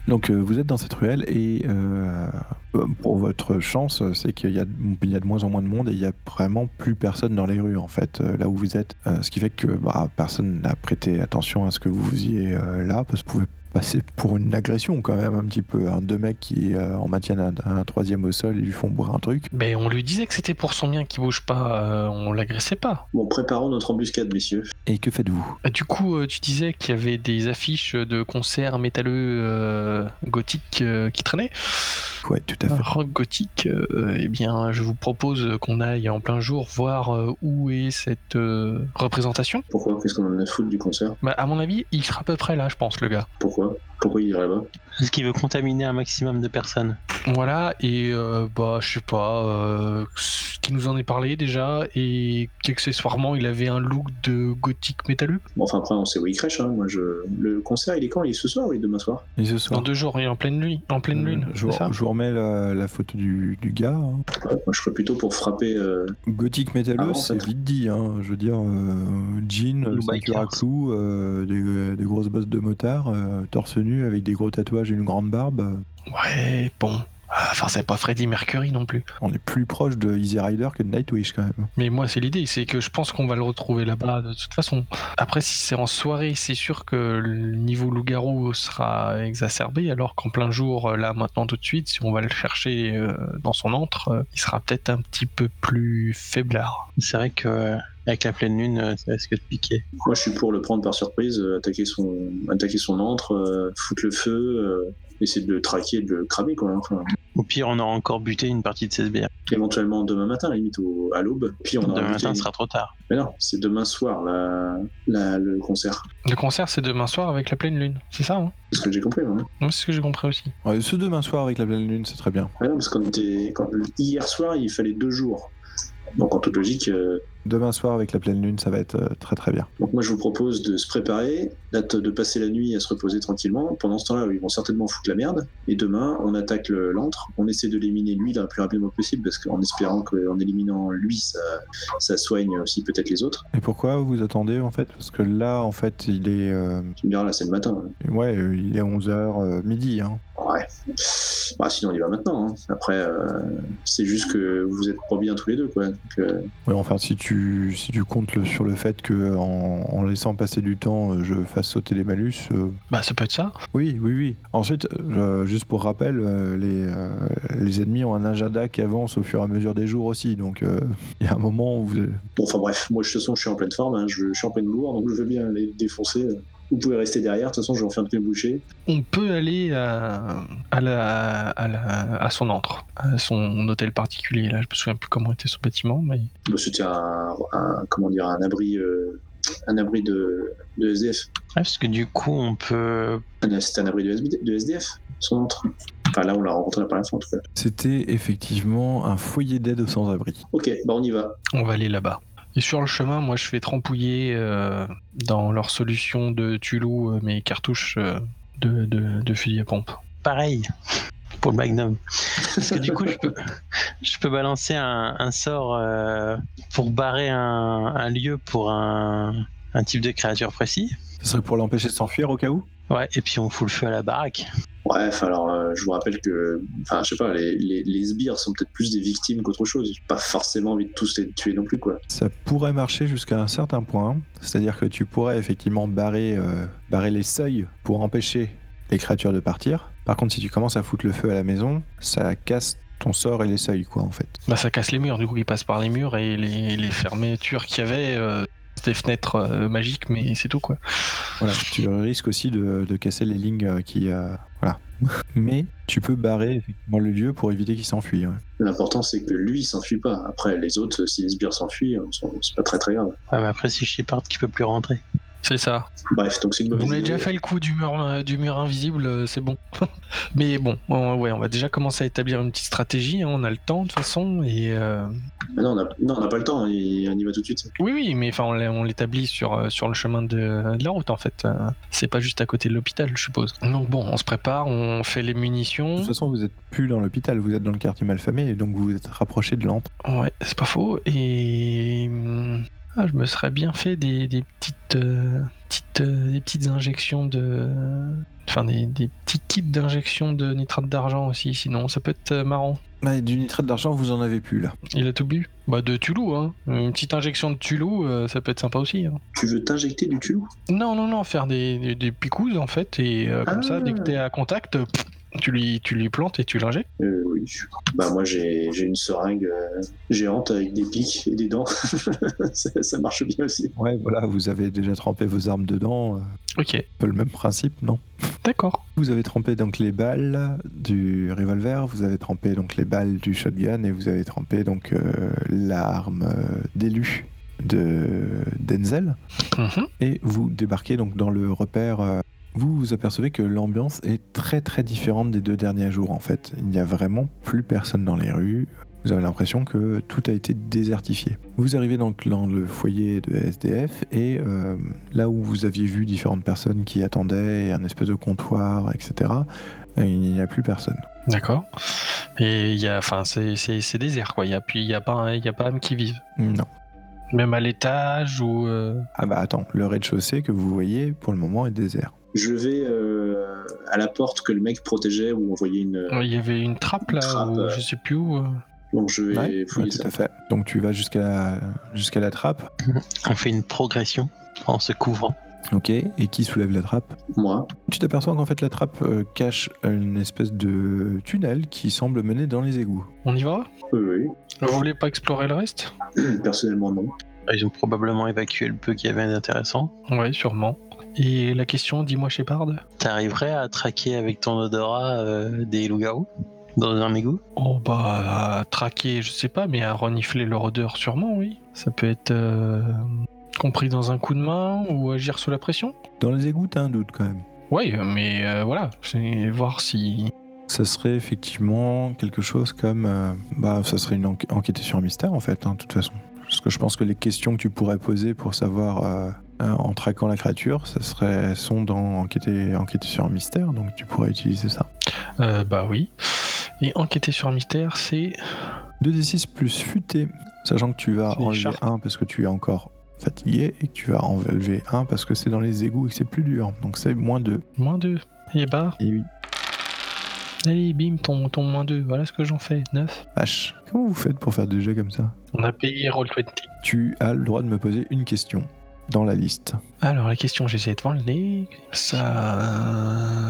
[SPEAKER 2] Donc euh, vous êtes dans cette ruelle et euh, euh, pour votre chance, c'est qu'il y, a- il y a de moins en moins de monde et il y a vraiment plus personne dans les rues en fait, euh, là où vous êtes. Euh, ce qui fait que bah, personne n'a prêté attention à ce que vous faisiez euh, là parce que vous pouvez passer pour une agression quand même un petit peu. hein. Deux mecs qui euh, en maintiennent un, un troisième au sol et lui font boire un truc.
[SPEAKER 3] Mais on lui disait que c'était pour son bien qu'il bouge pas. euh, on l'agressait pas.
[SPEAKER 4] Bon, préparons notre embuscade, messieurs.
[SPEAKER 2] Et que faites-vous
[SPEAKER 3] Ah, Du coup, euh, tu disais qu'il y avait des affiches de concerts métalleux euh, gothiques euh, qui traînaient.
[SPEAKER 2] Ouais, tout à fait.
[SPEAKER 3] Rock gothique. euh, eh bien, je vous propose qu'on aille en plein jour voir euh, où est cette euh, représentation.
[SPEAKER 4] Pourquoi Qu'est-ce qu'on en a à foutre du concert
[SPEAKER 3] Bah, à mon avis, il sera à peu près là, je pense, le gars.
[SPEAKER 4] Pourquoi Pourquoi il irait là-bas
[SPEAKER 5] Parce qu'il veut contaminer un maximum de personnes.
[SPEAKER 3] Voilà, et euh, bah, je sais pas, euh, ce qui nous en est parlé déjà, et qu'accessoirement, il avait un look de gothique métalleux.
[SPEAKER 4] Bon, Enfin, après, on sait où il crèche. hein. Moi, je... Le concert, il est quand Il est ce soir ou il est demain soir
[SPEAKER 2] Et ce
[SPEAKER 3] Dans
[SPEAKER 2] soir,
[SPEAKER 3] deux jours, et en pleine nuit, en pleine lune,
[SPEAKER 2] Euh, je,
[SPEAKER 3] c'est ça
[SPEAKER 2] vous- je vous remets la, la photo du, du gars. hein.
[SPEAKER 4] Ouais, Moi, je serais plutôt pour frapper. euh,
[SPEAKER 2] Gothique métalleux,
[SPEAKER 4] Ah, en
[SPEAKER 2] c'est
[SPEAKER 4] fait.
[SPEAKER 2] vite dit. hein. Je veux dire, euh, jean,
[SPEAKER 5] Blue
[SPEAKER 2] ceinture à
[SPEAKER 5] bikers.
[SPEAKER 2] clous, euh, des, des grosses bosses de motard, euh, torse nu avec des gros tatouages et une grande barbe.
[SPEAKER 3] Ouais, bon. Ah, Enfin, c'est pas Freddy Mercury non plus.
[SPEAKER 2] On est plus proche de Easy Rider que de Nightwish quand même.
[SPEAKER 3] Mais moi, c'est l'idée, c'est que je pense qu'on va le retrouver là-bas de toute façon. Après, si c'est en soirée, c'est sûr que le niveau loup-garou sera exacerbé, alors qu'en plein jour, euh, là, maintenant, tout de suite, si on va le chercher euh, dans son antre, euh, il sera peut-être un petit peu plus faiblard.
[SPEAKER 5] C'est vrai que euh, avec la pleine lune, euh, ça risque de piquer.
[SPEAKER 4] Moi, je suis pour le prendre par surprise, euh, attaquer son, attaquer son antre, euh, foutre le feu, euh, essayer de le traquer, de le cramer, quoi. hein. Enfin,
[SPEAKER 5] Au pire, on aura encore buté une partie de ses bières.
[SPEAKER 4] éventuellement demain matin, à la limite, au- à l'aube. Puis on aura
[SPEAKER 5] Demain
[SPEAKER 4] buté
[SPEAKER 5] matin,
[SPEAKER 4] une-
[SPEAKER 5] ce sera trop tard.
[SPEAKER 4] Mais non, c'est demain soir, la- la- le concert.
[SPEAKER 3] Le concert, c'est demain soir avec la pleine lune, c'est ça, hein
[SPEAKER 4] C'est ce que j'ai compris, moi.
[SPEAKER 3] Moi, c'est ce que j'ai compris aussi.
[SPEAKER 2] Ouais, ce demain soir avec la pleine lune, c'est très bien.
[SPEAKER 4] Ouais, Ah non, parce que quand t'es- quand- hier soir, il fallait deux jours. Donc en toute logique, euh,
[SPEAKER 2] Demain soir avec la pleine lune, ça va être euh, très très bien.
[SPEAKER 4] donc moi je vous propose de se préparer, d'être- de passer la nuit à se reposer tranquillement. Pendant ce temps-là, ils vont certainement foutre la merde. Et demain, on attaque le- l'antre, on essaie de l'éliminer lui le plus rapidement possible, parce qu'en espérant qu'en éliminant lui, ça, ça soigne aussi peut-être les autres.
[SPEAKER 2] Et pourquoi vous attendez en fait Parce que là, en fait, il est, euh,
[SPEAKER 4] Tu me diras là, c'est le matin. hein.
[SPEAKER 2] ouais, euh, il est 11h midi. hein.
[SPEAKER 4] Ouais. Bah, sinon, on y va maintenant. hein. Après, euh, c'est juste que vous êtes pas bien tous les deux, quoi. Donc, euh,
[SPEAKER 2] Ouais, enfin, si tu, si tu comptes le- sur le fait que en, en laissant passer du temps, euh, je fasse sauter les malus, euh,
[SPEAKER 3] Bah, ça peut être ça.
[SPEAKER 2] oui, oui, oui. Ensuite, euh, juste pour rappel, euh, les, euh, les ennemis ont un agenda qui avance au fur et à mesure des jours aussi, donc euh, il y a un moment où vous,
[SPEAKER 4] Bon, enfin bref, moi de toute façon je suis en pleine forme, hein, je, je suis en pleine bourre, donc je veux bien les défoncer. Vous pouvez rester derrière, de toute façon je vais en faire mes bouchées.
[SPEAKER 3] On peut aller à, à la, à, la- à son antre, à son hôtel particulier, là, je me souviens plus comment était son bâtiment, mais...
[SPEAKER 4] Bah, C'était un, un- comment dire, un abri, euh, un abri de, de SDF.
[SPEAKER 5] Ouais, parce que du coup, on peut.
[SPEAKER 4] Un- Euh, C'était un abri de, SB de SDF, son entre. Enfin là on l'a rencontré la première fois en tout cas.
[SPEAKER 2] C'était effectivement un foyer d'aide aux sans-abri.
[SPEAKER 4] Ok, bah on y va.
[SPEAKER 3] On va aller là-bas. Et sur le chemin, moi, je fais trempouiller euh, dans leur solution de Tulou euh, mes cartouches euh, de, de, de fusil à pompe.
[SPEAKER 5] Pareil pour le Magnum. Parce que du coup, je peux, je peux balancer un, un sort euh, pour barrer un, un lieu pour un, un type de créature précis.
[SPEAKER 2] Ce serait pour l'empêcher de s'enfuir au cas où
[SPEAKER 5] Ouais, et puis on fout le feu à la baraque.
[SPEAKER 4] Bref, alors euh, je vous rappelle que, enfin je sais pas, les, les, les sbires sont peut-être plus des victimes qu'autre chose. J'ai Pas forcément envie de tous les tuer non plus quoi.
[SPEAKER 2] Ça pourrait marcher jusqu'à un certain point, c'est-à-dire que tu pourrais effectivement barrer, euh, barrer les seuils pour empêcher les créatures de partir. Par contre, si tu commences à foutre le feu à la maison, ça casse ton sort et les seuils, quoi, en fait.
[SPEAKER 3] Bah, ça casse les murs, du coup, ils passent par les murs et les, les fermetures qu'il y avait, euh, c'était des fenêtres euh, magiques, mais c'est tout, quoi.
[SPEAKER 2] Voilà, tu risques aussi de, de casser les lignes euh, qui... euh, voilà. Mais tu peux barrer effectivement le lieu pour éviter qu'il s'enfuit. ouais.
[SPEAKER 4] L'important c'est que lui il s'enfuit pas. Après les autres, si les sbires s'enfuient, on s'en- c'est pas très très grave.
[SPEAKER 5] Ouais, mais après, si je parte, qui peut plus rentrer.
[SPEAKER 3] C'est ça.
[SPEAKER 4] Bref, donc c'est une
[SPEAKER 3] Vous
[SPEAKER 4] mauvaise
[SPEAKER 3] m'avez
[SPEAKER 4] idée.
[SPEAKER 3] déjà fait le coup du mur, euh, du mur invisible, euh, c'est bon. mais bon, on- ouais, on va déjà commencer à établir une petite stratégie, hein, on a le temps, de toute façon, et... euh,
[SPEAKER 4] Ah Non, on n'a non, on n'a pas le temps, il- on y va tout de suite.
[SPEAKER 3] Oui, oui, mais enfin, on l'a- on l'établit sur, euh, sur le chemin de, de la route, en fait. Euh, C'est pas juste à côté de l'hôpital, je suppose. Donc bon, on se prépare, on fait les
[SPEAKER 2] De
[SPEAKER 3] munitions.
[SPEAKER 2] toute façon, vous êtes plus dans l'hôpital, vous êtes dans le quartier malfamé, et donc vous vous êtes rapproché de l'antre.
[SPEAKER 3] Ouais, c'est pas faux. Et hum, ah, je me serais bien fait des, des petites, euh, petites, euh, des petites injections de... Enfin, des, des petits kits d'injection de nitrate d'argent aussi, sinon ça peut être euh, marrant.
[SPEAKER 2] Mais du nitrate d'argent, vous en avez plus, là.
[SPEAKER 3] Il a tout bu Bah de Tulou, hein. Une petite injection de Tulou, euh, ça peut être sympa aussi. hein.
[SPEAKER 4] Tu veux t'injecter du tulou
[SPEAKER 3] Non, non, non, faire des, des, des picouzes en fait, et euh, comme ça,
[SPEAKER 4] Ah.
[SPEAKER 3] dès que t'es à contact, pff, tu lui, tu lui plantes et tu l'injectes.
[SPEAKER 4] euh, Oui. Bah moi j'ai j'ai une seringue euh, géante avec des pics et des dents. ça, ça marche bien aussi.
[SPEAKER 2] Ouais, voilà, vous avez déjà trempé vos armes dedans, euh,
[SPEAKER 3] Ok,
[SPEAKER 2] un peu le même principe, non
[SPEAKER 3] d'accord.
[SPEAKER 2] Vous avez trempé donc les balles du revolver, vous avez trempé donc les balles du shotgun et vous avez trempé donc euh, l'arme euh, d'élu de Denzel
[SPEAKER 3] Mhm.
[SPEAKER 2] et vous débarquez donc dans le repère euh, vous vous apercevez que l'ambiance est très très différente des deux derniers jours en fait. Il n'y a vraiment plus personne dans les rues. Vous avez l'impression que tout a été désertifié. Vous arrivez donc dans le foyer de SDF et euh, là où vous aviez vu différentes personnes qui attendaient, et un espèce de comptoir, etc., il n'y a plus personne.
[SPEAKER 3] D'accord. Et il y a, enfin, c'est- c'est c'est désert quoi. Il y a puis il y a pas, un- il y a pas âme qui vive.
[SPEAKER 2] Non.
[SPEAKER 3] Même à l'étage ou. euh,
[SPEAKER 2] Ah bah attends, le rez-de-chaussée que vous voyez pour le moment est désert.
[SPEAKER 4] Je vais euh, à la porte que le mec protégeait où on voyait une.
[SPEAKER 3] Il y avait une trappe là,
[SPEAKER 4] Trappe,
[SPEAKER 3] ou
[SPEAKER 4] euh.
[SPEAKER 3] je sais plus où. euh.
[SPEAKER 4] Donc je vais
[SPEAKER 2] Ouais,
[SPEAKER 4] fouiller
[SPEAKER 2] ouais,
[SPEAKER 4] ça.
[SPEAKER 2] tout à fait. Donc tu vas jusqu'à la, jusqu'à la trappe,
[SPEAKER 5] On fait une progression en se couvrant.
[SPEAKER 2] ok, et qui soulève la trappe
[SPEAKER 4] Moi,
[SPEAKER 2] Tu t'aperçois qu'en fait la trappe euh, cache une espèce de tunnel qui semble mener dans les égouts.
[SPEAKER 3] On y va
[SPEAKER 4] oui,
[SPEAKER 3] Vous voulez pas explorer le reste
[SPEAKER 4] oui. Personnellement, non.
[SPEAKER 5] Ils ont probablement évacué le peu qu'il y avait d'intéressant.
[SPEAKER 3] Ouais, sûrement. Et la question, dis-moi Shepard
[SPEAKER 5] T'arriverais à traquer avec ton odorat euh, des loups-garous dans un égout
[SPEAKER 3] Oh bah, à traquer, je sais pas, mais à renifler leur odeur sûrement, oui. Ça peut être euh, compris dans un coup de main ou agir sous la pression
[SPEAKER 2] Dans les égouts, t'as un doute quand même.
[SPEAKER 3] Ouais, mais euh, voilà, c'est voir si...
[SPEAKER 2] Ça serait effectivement quelque chose comme... euh, bah, ça serait une enquête enquêter sur un mystère en fait, hein, de toute façon. Parce que je pense que les questions que tu pourrais poser pour savoir euh, euh, en traquant la créature, ça serait sont dans enquêter, enquêter sur un mystère, donc tu pourrais utiliser ça.
[SPEAKER 3] Euh, bah oui. Et enquêter sur un mystère, c'est...
[SPEAKER 2] 2d6 plus futé, sachant que tu vas
[SPEAKER 3] C'est
[SPEAKER 2] enlever
[SPEAKER 3] sharp.
[SPEAKER 2] 1 parce que tu es encore fatigué et que tu vas enlever 1 parce que c'est dans les égouts et que c'est plus dur. Donc c'est moins 2.
[SPEAKER 3] Moins 2. Et bah,
[SPEAKER 2] Et oui.
[SPEAKER 3] allez, bim, ton, ton moins 2. Voilà ce que j'en fais, 9.
[SPEAKER 2] Vache. Comment vous faites pour faire des jeux comme ça
[SPEAKER 3] On a payé Roll20.
[SPEAKER 2] Tu as le droit de me poser une question dans la liste.
[SPEAKER 3] Alors la question, j'essaie devant le nez. Ça,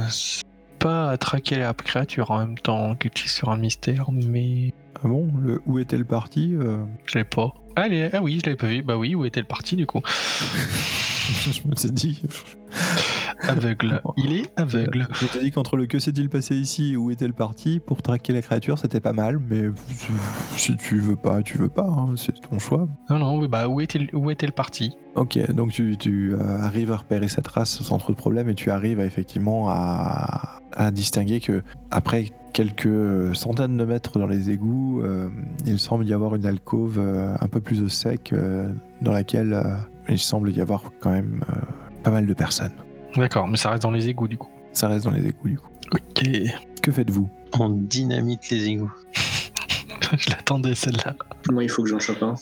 [SPEAKER 3] c'est pas à traquer la créature en même temps que tu es sur un mystère, mais
[SPEAKER 2] Ah bon le Où est-elle partie euh,
[SPEAKER 3] je l'ai pas. Ah, elle est- ah oui, je l'avais pas vu. Bah oui, où est-elle partie du coup
[SPEAKER 2] Je me suis dit.
[SPEAKER 3] Aveugle. Il est aveugle.
[SPEAKER 2] Je t'ai dit qu'entre le que s'est-il passé ici et où est-elle partie, pour traquer la créature, c'était pas mal, mais si tu veux pas, tu veux pas, hein, c'est ton choix.
[SPEAKER 3] Non, non, oui, bah où est-elle où est-elle partie
[SPEAKER 2] Ok, donc tu, tu, euh, arrives à repérer sa trace sans trop de problème et tu arrives à, effectivement à, à distinguer que après quelques centaines de mètres dans les égouts, euh, il semble y avoir une alcôve euh, un peu plus au sec euh, dans laquelle euh, il semble y avoir quand même euh, pas mal de personnes.
[SPEAKER 3] D'accord, mais ça reste dans les égouts du coup.
[SPEAKER 2] Ça reste dans les égouts du coup.
[SPEAKER 3] Ok.
[SPEAKER 2] Que faites-vous
[SPEAKER 5] On dynamite les égouts.
[SPEAKER 3] je l'attendais celle-là.
[SPEAKER 4] Moi, il faut que j'en chope un.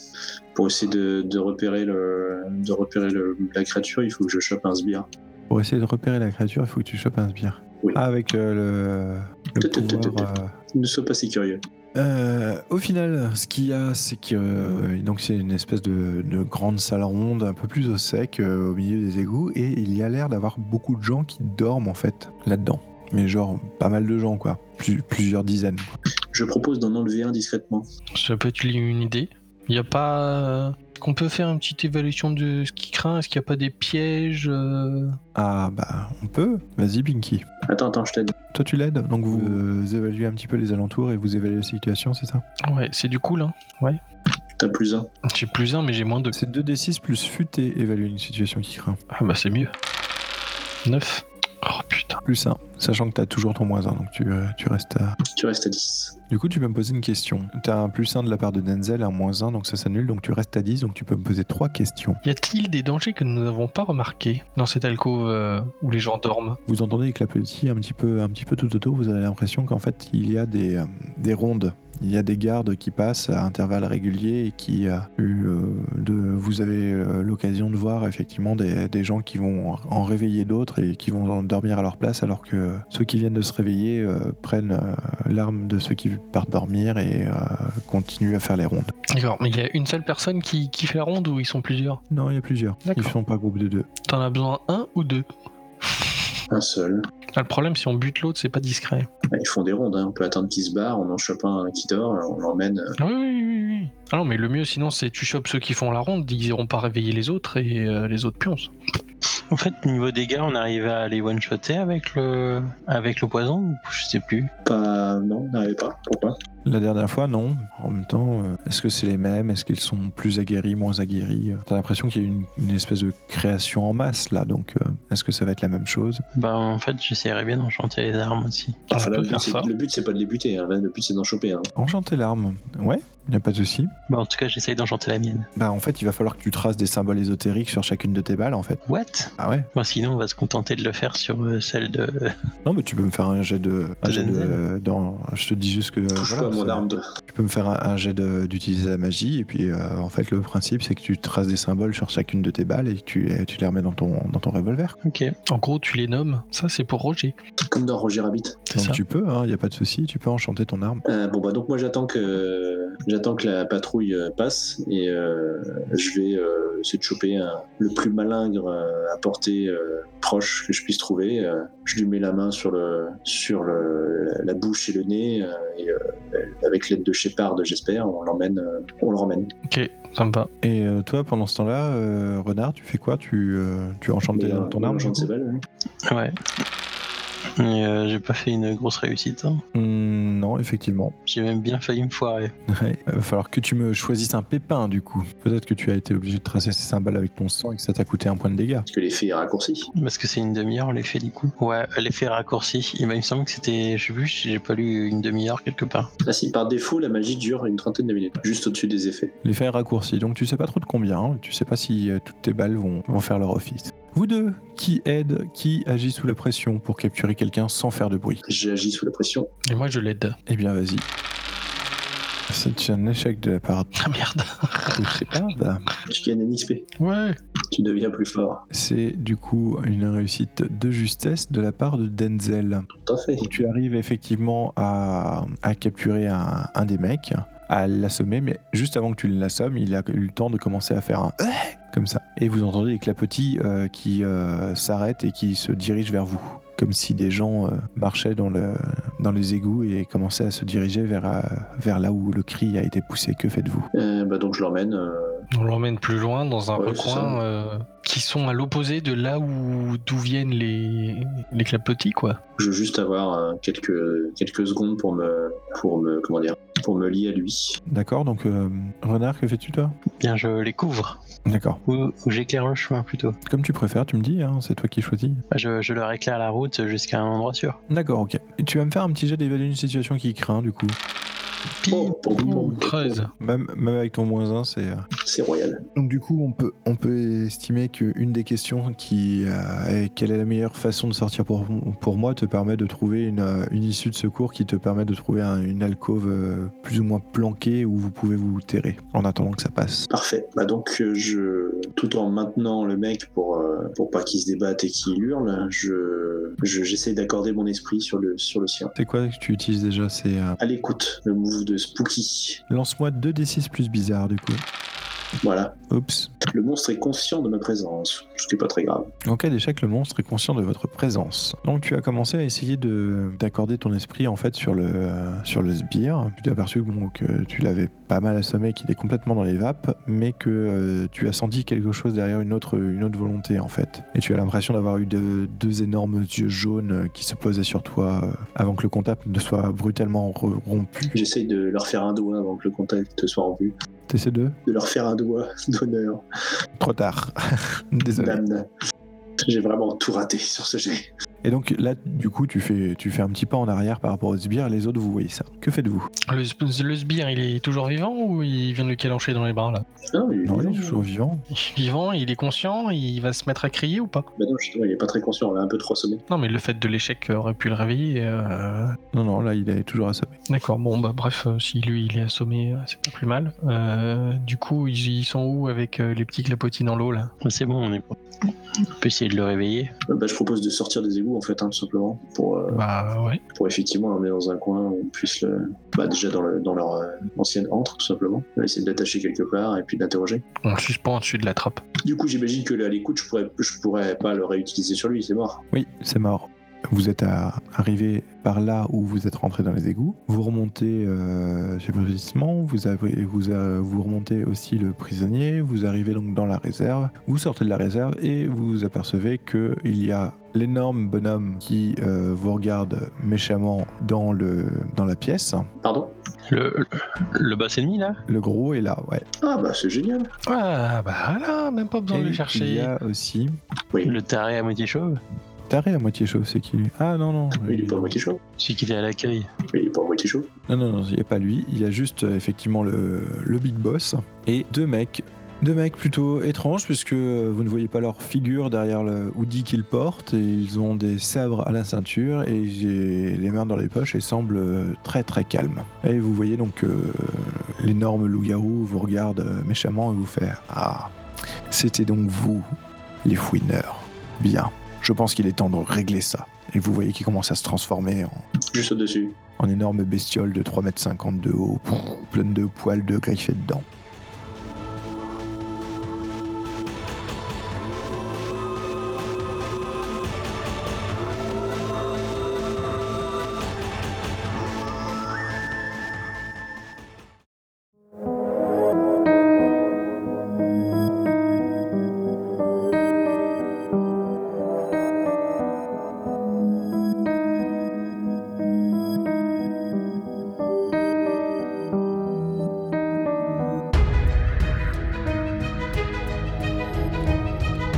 [SPEAKER 4] Pour essayer de, de repérer, le, de repérer le- la créature, il faut que je chope un sbire.
[SPEAKER 2] Pour essayer de repérer la créature, il faut que tu chopes un sbire.
[SPEAKER 4] Oui.
[SPEAKER 2] Ah, avec euh, le, le
[SPEAKER 4] Tut, tut, tut, tut,
[SPEAKER 2] pouvoir,
[SPEAKER 4] tut.
[SPEAKER 2] euh,
[SPEAKER 4] Ne sois pas si curieux.
[SPEAKER 2] Euh, au final, ce qu'il y a, c'est que euh, donc c'est une espèce de, de grande salle ronde, un peu plus au sec, euh, au milieu des égouts, et il y a l'air d'avoir beaucoup de gens qui dorment en fait là-dedans. Mais genre pas mal de gens quoi, Plus- plusieurs dizaines.
[SPEAKER 4] Je propose d'en enlever un discrètement.
[SPEAKER 3] Ça peut être une idée. Il n'y a pas. euh, Qu'on peut faire une petite évaluation de ce qui craint Est-ce qu'il n'y a pas des pièges euh,
[SPEAKER 2] Ah bah on peut. Vas-y Pinky.
[SPEAKER 4] Attends, attends, je t'aide.
[SPEAKER 2] Toi tu l'aides, donc vous euh, évaluez un petit peu les alentours et vous évaluez la situation, c'est ça
[SPEAKER 3] Ouais, c'est du cool, hein.
[SPEAKER 4] T'as plus un.
[SPEAKER 3] J'ai plus un, mais j'ai moins deux.
[SPEAKER 2] C'est 2d6 plus futé évaluer une situation qui craint.
[SPEAKER 3] Ah bah c'est mieux. 9. Oh putain.
[SPEAKER 2] Plus 1, sachant que t'as toujours ton moins 1, donc tu, euh, tu restes à
[SPEAKER 4] Tu restes à 10.
[SPEAKER 2] Du coup, tu peux me poser une question. T'as un plus 1 de la part de Denzel, un moins 1, donc ça s'annule, donc tu restes à 10, donc tu peux me poser 3 questions.
[SPEAKER 3] Y a-t-il des dangers que nous n'avons pas remarqués dans cette alcôve euh, où les gens dorment
[SPEAKER 2] Vous entendez éclapeter un petit peu, un petit peu tout autour, vous avez l'impression qu'en fait, il y a des, euh, des rondes. Il y a des gardes qui passent à intervalles réguliers et qui euh, eu, euh, de, vous avez euh, l'occasion de voir effectivement des, des gens qui vont en réveiller d'autres et qui vont en dormir à leur place alors que ceux qui viennent de se réveiller euh, prennent euh, l'arme de ceux qui partent dormir et euh, continuent à faire les rondes.
[SPEAKER 3] D'accord, mais il y a une seule personne qui, qui fait la ronde ou ils sont plusieurs
[SPEAKER 2] Non, il y a plusieurs. Ils
[SPEAKER 3] D'accord.
[SPEAKER 2] font pas groupe de deux.
[SPEAKER 3] T'en as besoin un ou deux
[SPEAKER 4] Un seul.
[SPEAKER 3] Ah, Le problème, si on bute l'autre, c'est pas discret.
[SPEAKER 4] Ah, Ils font des rondes. hein. On peut attendre qu'ils se barrent. On en chope un qui dort. On l'emmène. euh,
[SPEAKER 3] Ah oui, oui, oui, oui. Ah non, mais le mieux, sinon, c'est tu chopes ceux qui font la ronde, ils iront pas réveiller les autres et euh, les autres pionces.
[SPEAKER 5] En fait, niveau dégâts, on arrive à les one-shotter avec le, avec le poison ou Je sais plus.
[SPEAKER 4] Pas. Non, on n'arrivait pas. Pourquoi
[SPEAKER 2] La dernière fois, non. En même temps, euh, est-ce que c'est les mêmes Est-ce qu'ils sont plus aguerris, moins aguerris Euh, T'as l'impression qu'il y a une, une espèce de création en masse là, donc euh, est-ce que ça va être la même chose
[SPEAKER 5] Bah, en fait, j'essaierai bien d'enchanter les armes aussi.
[SPEAKER 3] Ah, Ça
[SPEAKER 4] Enfin, là,
[SPEAKER 3] peut
[SPEAKER 4] le, but,
[SPEAKER 3] faire
[SPEAKER 4] c'est-
[SPEAKER 3] ça.
[SPEAKER 4] le but, c'est pas de les buter, hein. Là, le but c'est d'en choper. Hein.
[SPEAKER 2] Enchanter l'arme. Ouais, y a pas de souci.
[SPEAKER 5] Bah, en tout cas, j'essaye d'enchanter la mienne.
[SPEAKER 2] Bah en fait, il va falloir que tu traces des symboles ésotériques sur chacune de tes balles en fait.
[SPEAKER 5] What
[SPEAKER 2] Ah ouais
[SPEAKER 5] Bon, sinon, on va se contenter de le faire sur euh, celle de.
[SPEAKER 2] Non, mais tu peux me faire un jet de. un jet de-
[SPEAKER 5] Denzel.
[SPEAKER 2] dans, je te dis juste que.
[SPEAKER 3] Euh,
[SPEAKER 4] Touche
[SPEAKER 2] voilà,
[SPEAKER 4] pas à mon
[SPEAKER 2] ça-
[SPEAKER 4] arme. toi.
[SPEAKER 2] Tu peux me faire un, un jet de- d'utiliser la magie, et puis euh, en fait, le principe c'est que tu traces des symboles sur chacune de tes balles et tu, et tu les remets dans ton, dans ton revolver.
[SPEAKER 5] Ok.
[SPEAKER 3] En gros, tu les nommes. Ça, c'est pour Roger.
[SPEAKER 4] Comme dans Roger Rabbit.
[SPEAKER 3] C'est
[SPEAKER 2] Donc
[SPEAKER 3] ça.
[SPEAKER 2] tu peux, il n'y a pas de souci, tu peux enchanter ton arme.
[SPEAKER 4] Euh, bon bah donc moi j'attends que j'attends que la patrouille euh, passe et euh, je vais euh, essayer de choper un- le plus malingre euh, à portée euh, proche que je puisse trouver. Euh, je lui mets la main sur le sur le, la bouche et le nez euh, et euh, avec l'aide de Shepard j'espère on l'emmène euh, on le ramène.
[SPEAKER 3] Ok, ça me va.
[SPEAKER 2] Et euh, toi, pendant ce temps-là, euh, Renard, tu fais quoi tu, euh, tu enchantes
[SPEAKER 4] Et,
[SPEAKER 2] tes-
[SPEAKER 4] euh,
[SPEAKER 2] ton
[SPEAKER 4] on
[SPEAKER 2] arme
[SPEAKER 4] jante
[SPEAKER 2] du
[SPEAKER 4] ses
[SPEAKER 2] coup
[SPEAKER 4] balles, hein.
[SPEAKER 5] Ouais. Mais, euh, j'ai pas fait une grosse réussite. hein.
[SPEAKER 2] Hmm, Non, effectivement.
[SPEAKER 5] J'ai même bien failli me foirer.
[SPEAKER 2] Ouais. Il va falloir que tu me choisisses un pépin du coup. Peut-être que tu as été obligé de tracer ces symboles avec ton sang et que ça t'a coûté un point de dégâts.
[SPEAKER 4] parce que l'effet est raccourci.
[SPEAKER 5] Parce que c'est une demi-heure l'effet du coup. Ouais, l'effet raccourci. Et ben, il me semble que c'était. Je sais plus, j'ai pas lu une demi-heure quelque part.
[SPEAKER 4] Ah si par défaut la magie dure une trentaine de minutes juste au-dessus des effets.
[SPEAKER 2] L'effet est raccourci, donc tu sais pas trop de combien, hein, tu sais pas si euh, toutes tes balles vont, vont faire leur office. Vous deux, qui aide, qui agit sous la pression pour capturer quelqu'un sans faire de bruit
[SPEAKER 4] J'ai agi sous la pression.
[SPEAKER 3] Et moi, je l'aide.
[SPEAKER 2] Eh bien vas-y. C'est un échec de la part
[SPEAKER 3] Ah merde.
[SPEAKER 2] de Shepard.
[SPEAKER 4] Tu gagnes un XP.
[SPEAKER 3] Ouais.
[SPEAKER 4] Tu deviens plus fort.
[SPEAKER 2] C'est du coup une réussite de justesse de la part de Denzel.
[SPEAKER 4] Tout à fait.
[SPEAKER 2] Donc, tu arrives effectivement à, à capturer un, un des mecs, à l'assommer, mais juste avant que tu l'assommes, il a eu le temps de commencer à faire un comme ça. Et vous entendez les clapotis euh, qui euh, s'arrêtent et qui se dirigent vers vous, comme si des gens euh, marchaient dans, le, dans les égouts et commençaient à se diriger vers, euh, vers là où le cri a été poussé. Que faites-vous
[SPEAKER 4] Euh, bah donc je l'emmène. euh,
[SPEAKER 3] On l'emmène plus loin dans un
[SPEAKER 4] Ouais, c'est
[SPEAKER 3] recoin
[SPEAKER 4] ça.
[SPEAKER 3] euh, qui sont à l'opposé de là où d'où viennent les les clapotis quoi.
[SPEAKER 4] Je veux juste avoir euh, quelques quelques secondes pour me pour me comment dire pour me lier à lui.
[SPEAKER 2] D'accord, donc euh, Renard, que fais-tu toi
[SPEAKER 5] Bien, je les couvre.
[SPEAKER 2] D'accord.
[SPEAKER 5] Ou, ou j'éclaire le chemin plutôt.
[SPEAKER 2] Comme tu préfères, tu me dis, hein, c'est toi qui choisis.
[SPEAKER 5] Bah, Je, je leur éclaire la route jusqu'à un endroit sûr.
[SPEAKER 2] D'accord, ok. Et tu vas me faire un petit jet d'évaluer une situation qui craint du coup
[SPEAKER 5] Pip,
[SPEAKER 4] Oh, oh, oh,
[SPEAKER 5] poum.
[SPEAKER 4] oh.
[SPEAKER 3] 13.
[SPEAKER 2] Même, même avec ton moins 1, c'est. euh,
[SPEAKER 4] C'est royal.
[SPEAKER 2] Donc, du coup, on peut, on peut estimer qu'une des questions qui euh, est quelle est la meilleure façon de sortir pour, pour moi te permet de trouver une, euh, une issue de secours qui te permet de trouver un- une alcôve euh, plus ou moins planquée où vous pouvez vous terrer en attendant que ça passe.
[SPEAKER 4] Parfait. Bah donc euh, je tout en maintenant le mec pour euh, pour pas qu'il se débatte et qu'il hurle, je je- j'essaie d'accorder mon esprit sur le sur le sien.
[SPEAKER 2] C'est quoi que tu utilises déjà C'est euh,
[SPEAKER 4] À l'écoute, le move de Spooky.
[SPEAKER 2] lance-moi 2d6 plus bizarre du coup.
[SPEAKER 4] Voilà.
[SPEAKER 2] Oups.
[SPEAKER 4] Le monstre est conscient de ma présence, ce qui est pas très grave.
[SPEAKER 2] En cas d'échec, le monstre est conscient de votre présence. Donc tu as commencé à essayer de d'accorder ton esprit en fait sur le euh, sur le sbire. Tu t'es aperçu bon, que tu l'avais pas mal assommé, qu'il est complètement dans les vapes, mais que euh, tu as senti quelque chose derrière une autre une autre volonté en fait. Et tu as l'impression d'avoir eu de- deux énormes yeux jaunes euh, qui se posaient sur toi euh, avant que le contact ne soit brutalement re- rompu.
[SPEAKER 4] J'essaie de leur faire un doigt avant que le contact soit rompu.
[SPEAKER 2] T'essaies de
[SPEAKER 4] De leur faire un doigt d'honneur.
[SPEAKER 2] Trop tard. Désolé.
[SPEAKER 4] Dame. J'ai vraiment tout raté sur ce jet.
[SPEAKER 2] Et donc là, du coup, tu fais tu fais un petit pas en arrière par rapport au sbire. Les autres, vous voyez ça. Que faites-vous
[SPEAKER 3] Le, sp- le sbire, il est toujours vivant ou il vient de le calancher dans les bras là
[SPEAKER 4] Non, il est
[SPEAKER 2] Non, il
[SPEAKER 4] vivant.
[SPEAKER 2] est toujours vivant.
[SPEAKER 3] Il est Vivant, il est conscient, il va se mettre à crier ou pas
[SPEAKER 4] Bah non, justement, il est pas très conscient, on l'a un peu trop assommé.
[SPEAKER 3] Non, mais le fait de l'échec aurait pu le réveiller. euh,
[SPEAKER 2] Non, non, là, il est toujours assommé.
[SPEAKER 3] D'accord, bon, bah bref, euh, si lui il est assommé, euh, c'est pas plus mal. Euh, du coup, ils, ils sont où avec euh, les petits clapotis dans l'eau là
[SPEAKER 5] Ah, C'est bon, on est bon. On peut essayer de le réveiller.
[SPEAKER 4] Euh, Bah, je propose de sortir des égouts, en fait, hein, tout simplement, pour, euh,
[SPEAKER 3] Bah ouais.
[SPEAKER 4] pour effectivement l'emmener dans un coin où on puisse le. Bah, déjà dans, le, dans leur euh, ancienne antre, tout simplement. On va essayer de l'attacher quelque part et puis de l'interroger.
[SPEAKER 3] On le suspend au-dessus de la trappe.
[SPEAKER 4] Du coup, j'imagine que là, à l'écoute, je pourrais, je pourrais pas le réutiliser sur lui, c'est mort.
[SPEAKER 2] Oui, c'est mort. Vous êtes à- arrivé par là où vous êtes rentré dans les égouts. Vous remontez euh, chez Brugissement, vous, avez- vous, euh, vous remontez aussi le prisonnier, vous arrivez donc dans la réserve, vous sortez de la réserve et vous apercevez qu'il y a l'énorme bonhomme qui euh, vous regarde méchamment dans, le, dans la pièce.
[SPEAKER 4] Pardon
[SPEAKER 5] Le, le boss ennemi, là
[SPEAKER 2] Le gros est là, ouais.
[SPEAKER 4] Ah bah c'est génial.
[SPEAKER 3] Ah bah là, même pas besoin de
[SPEAKER 2] Et
[SPEAKER 3] le
[SPEAKER 2] Il y
[SPEAKER 3] chercher.
[SPEAKER 2] a aussi...
[SPEAKER 5] Le taré à moitié chauve
[SPEAKER 2] Taré à moitié chauve, c'est qui lui Ah non, non.
[SPEAKER 4] Il est pas à moitié chaud.
[SPEAKER 5] Celui qui était à l'accueil.
[SPEAKER 4] Il est pas à moitié chaud.
[SPEAKER 2] Non, non, non, il n'y a pas lui. Il y a juste euh, effectivement le, le Big Boss et deux mecs. Deux mecs plutôt étranges puisque euh, vous ne voyez pas leur figure derrière le hoodie qu'ils portent. Et ils ont des sabres à la ceinture et j'ai les mains dans les poches et semblent euh, très très calmes. Et vous voyez donc euh, l'énorme loup-garou vous regarde euh, méchamment et vous fait Ah, c'était donc vous, les fouineurs. Bien, je pense qu'il est temps de régler ça. Et vous voyez qu'il commence à se transformer en
[SPEAKER 4] Juste au-dessus.
[SPEAKER 2] en énorme bestiole de 3,50 m de haut, pff, pleine de poils de griffés dedans.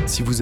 [SPEAKER 1] Si vous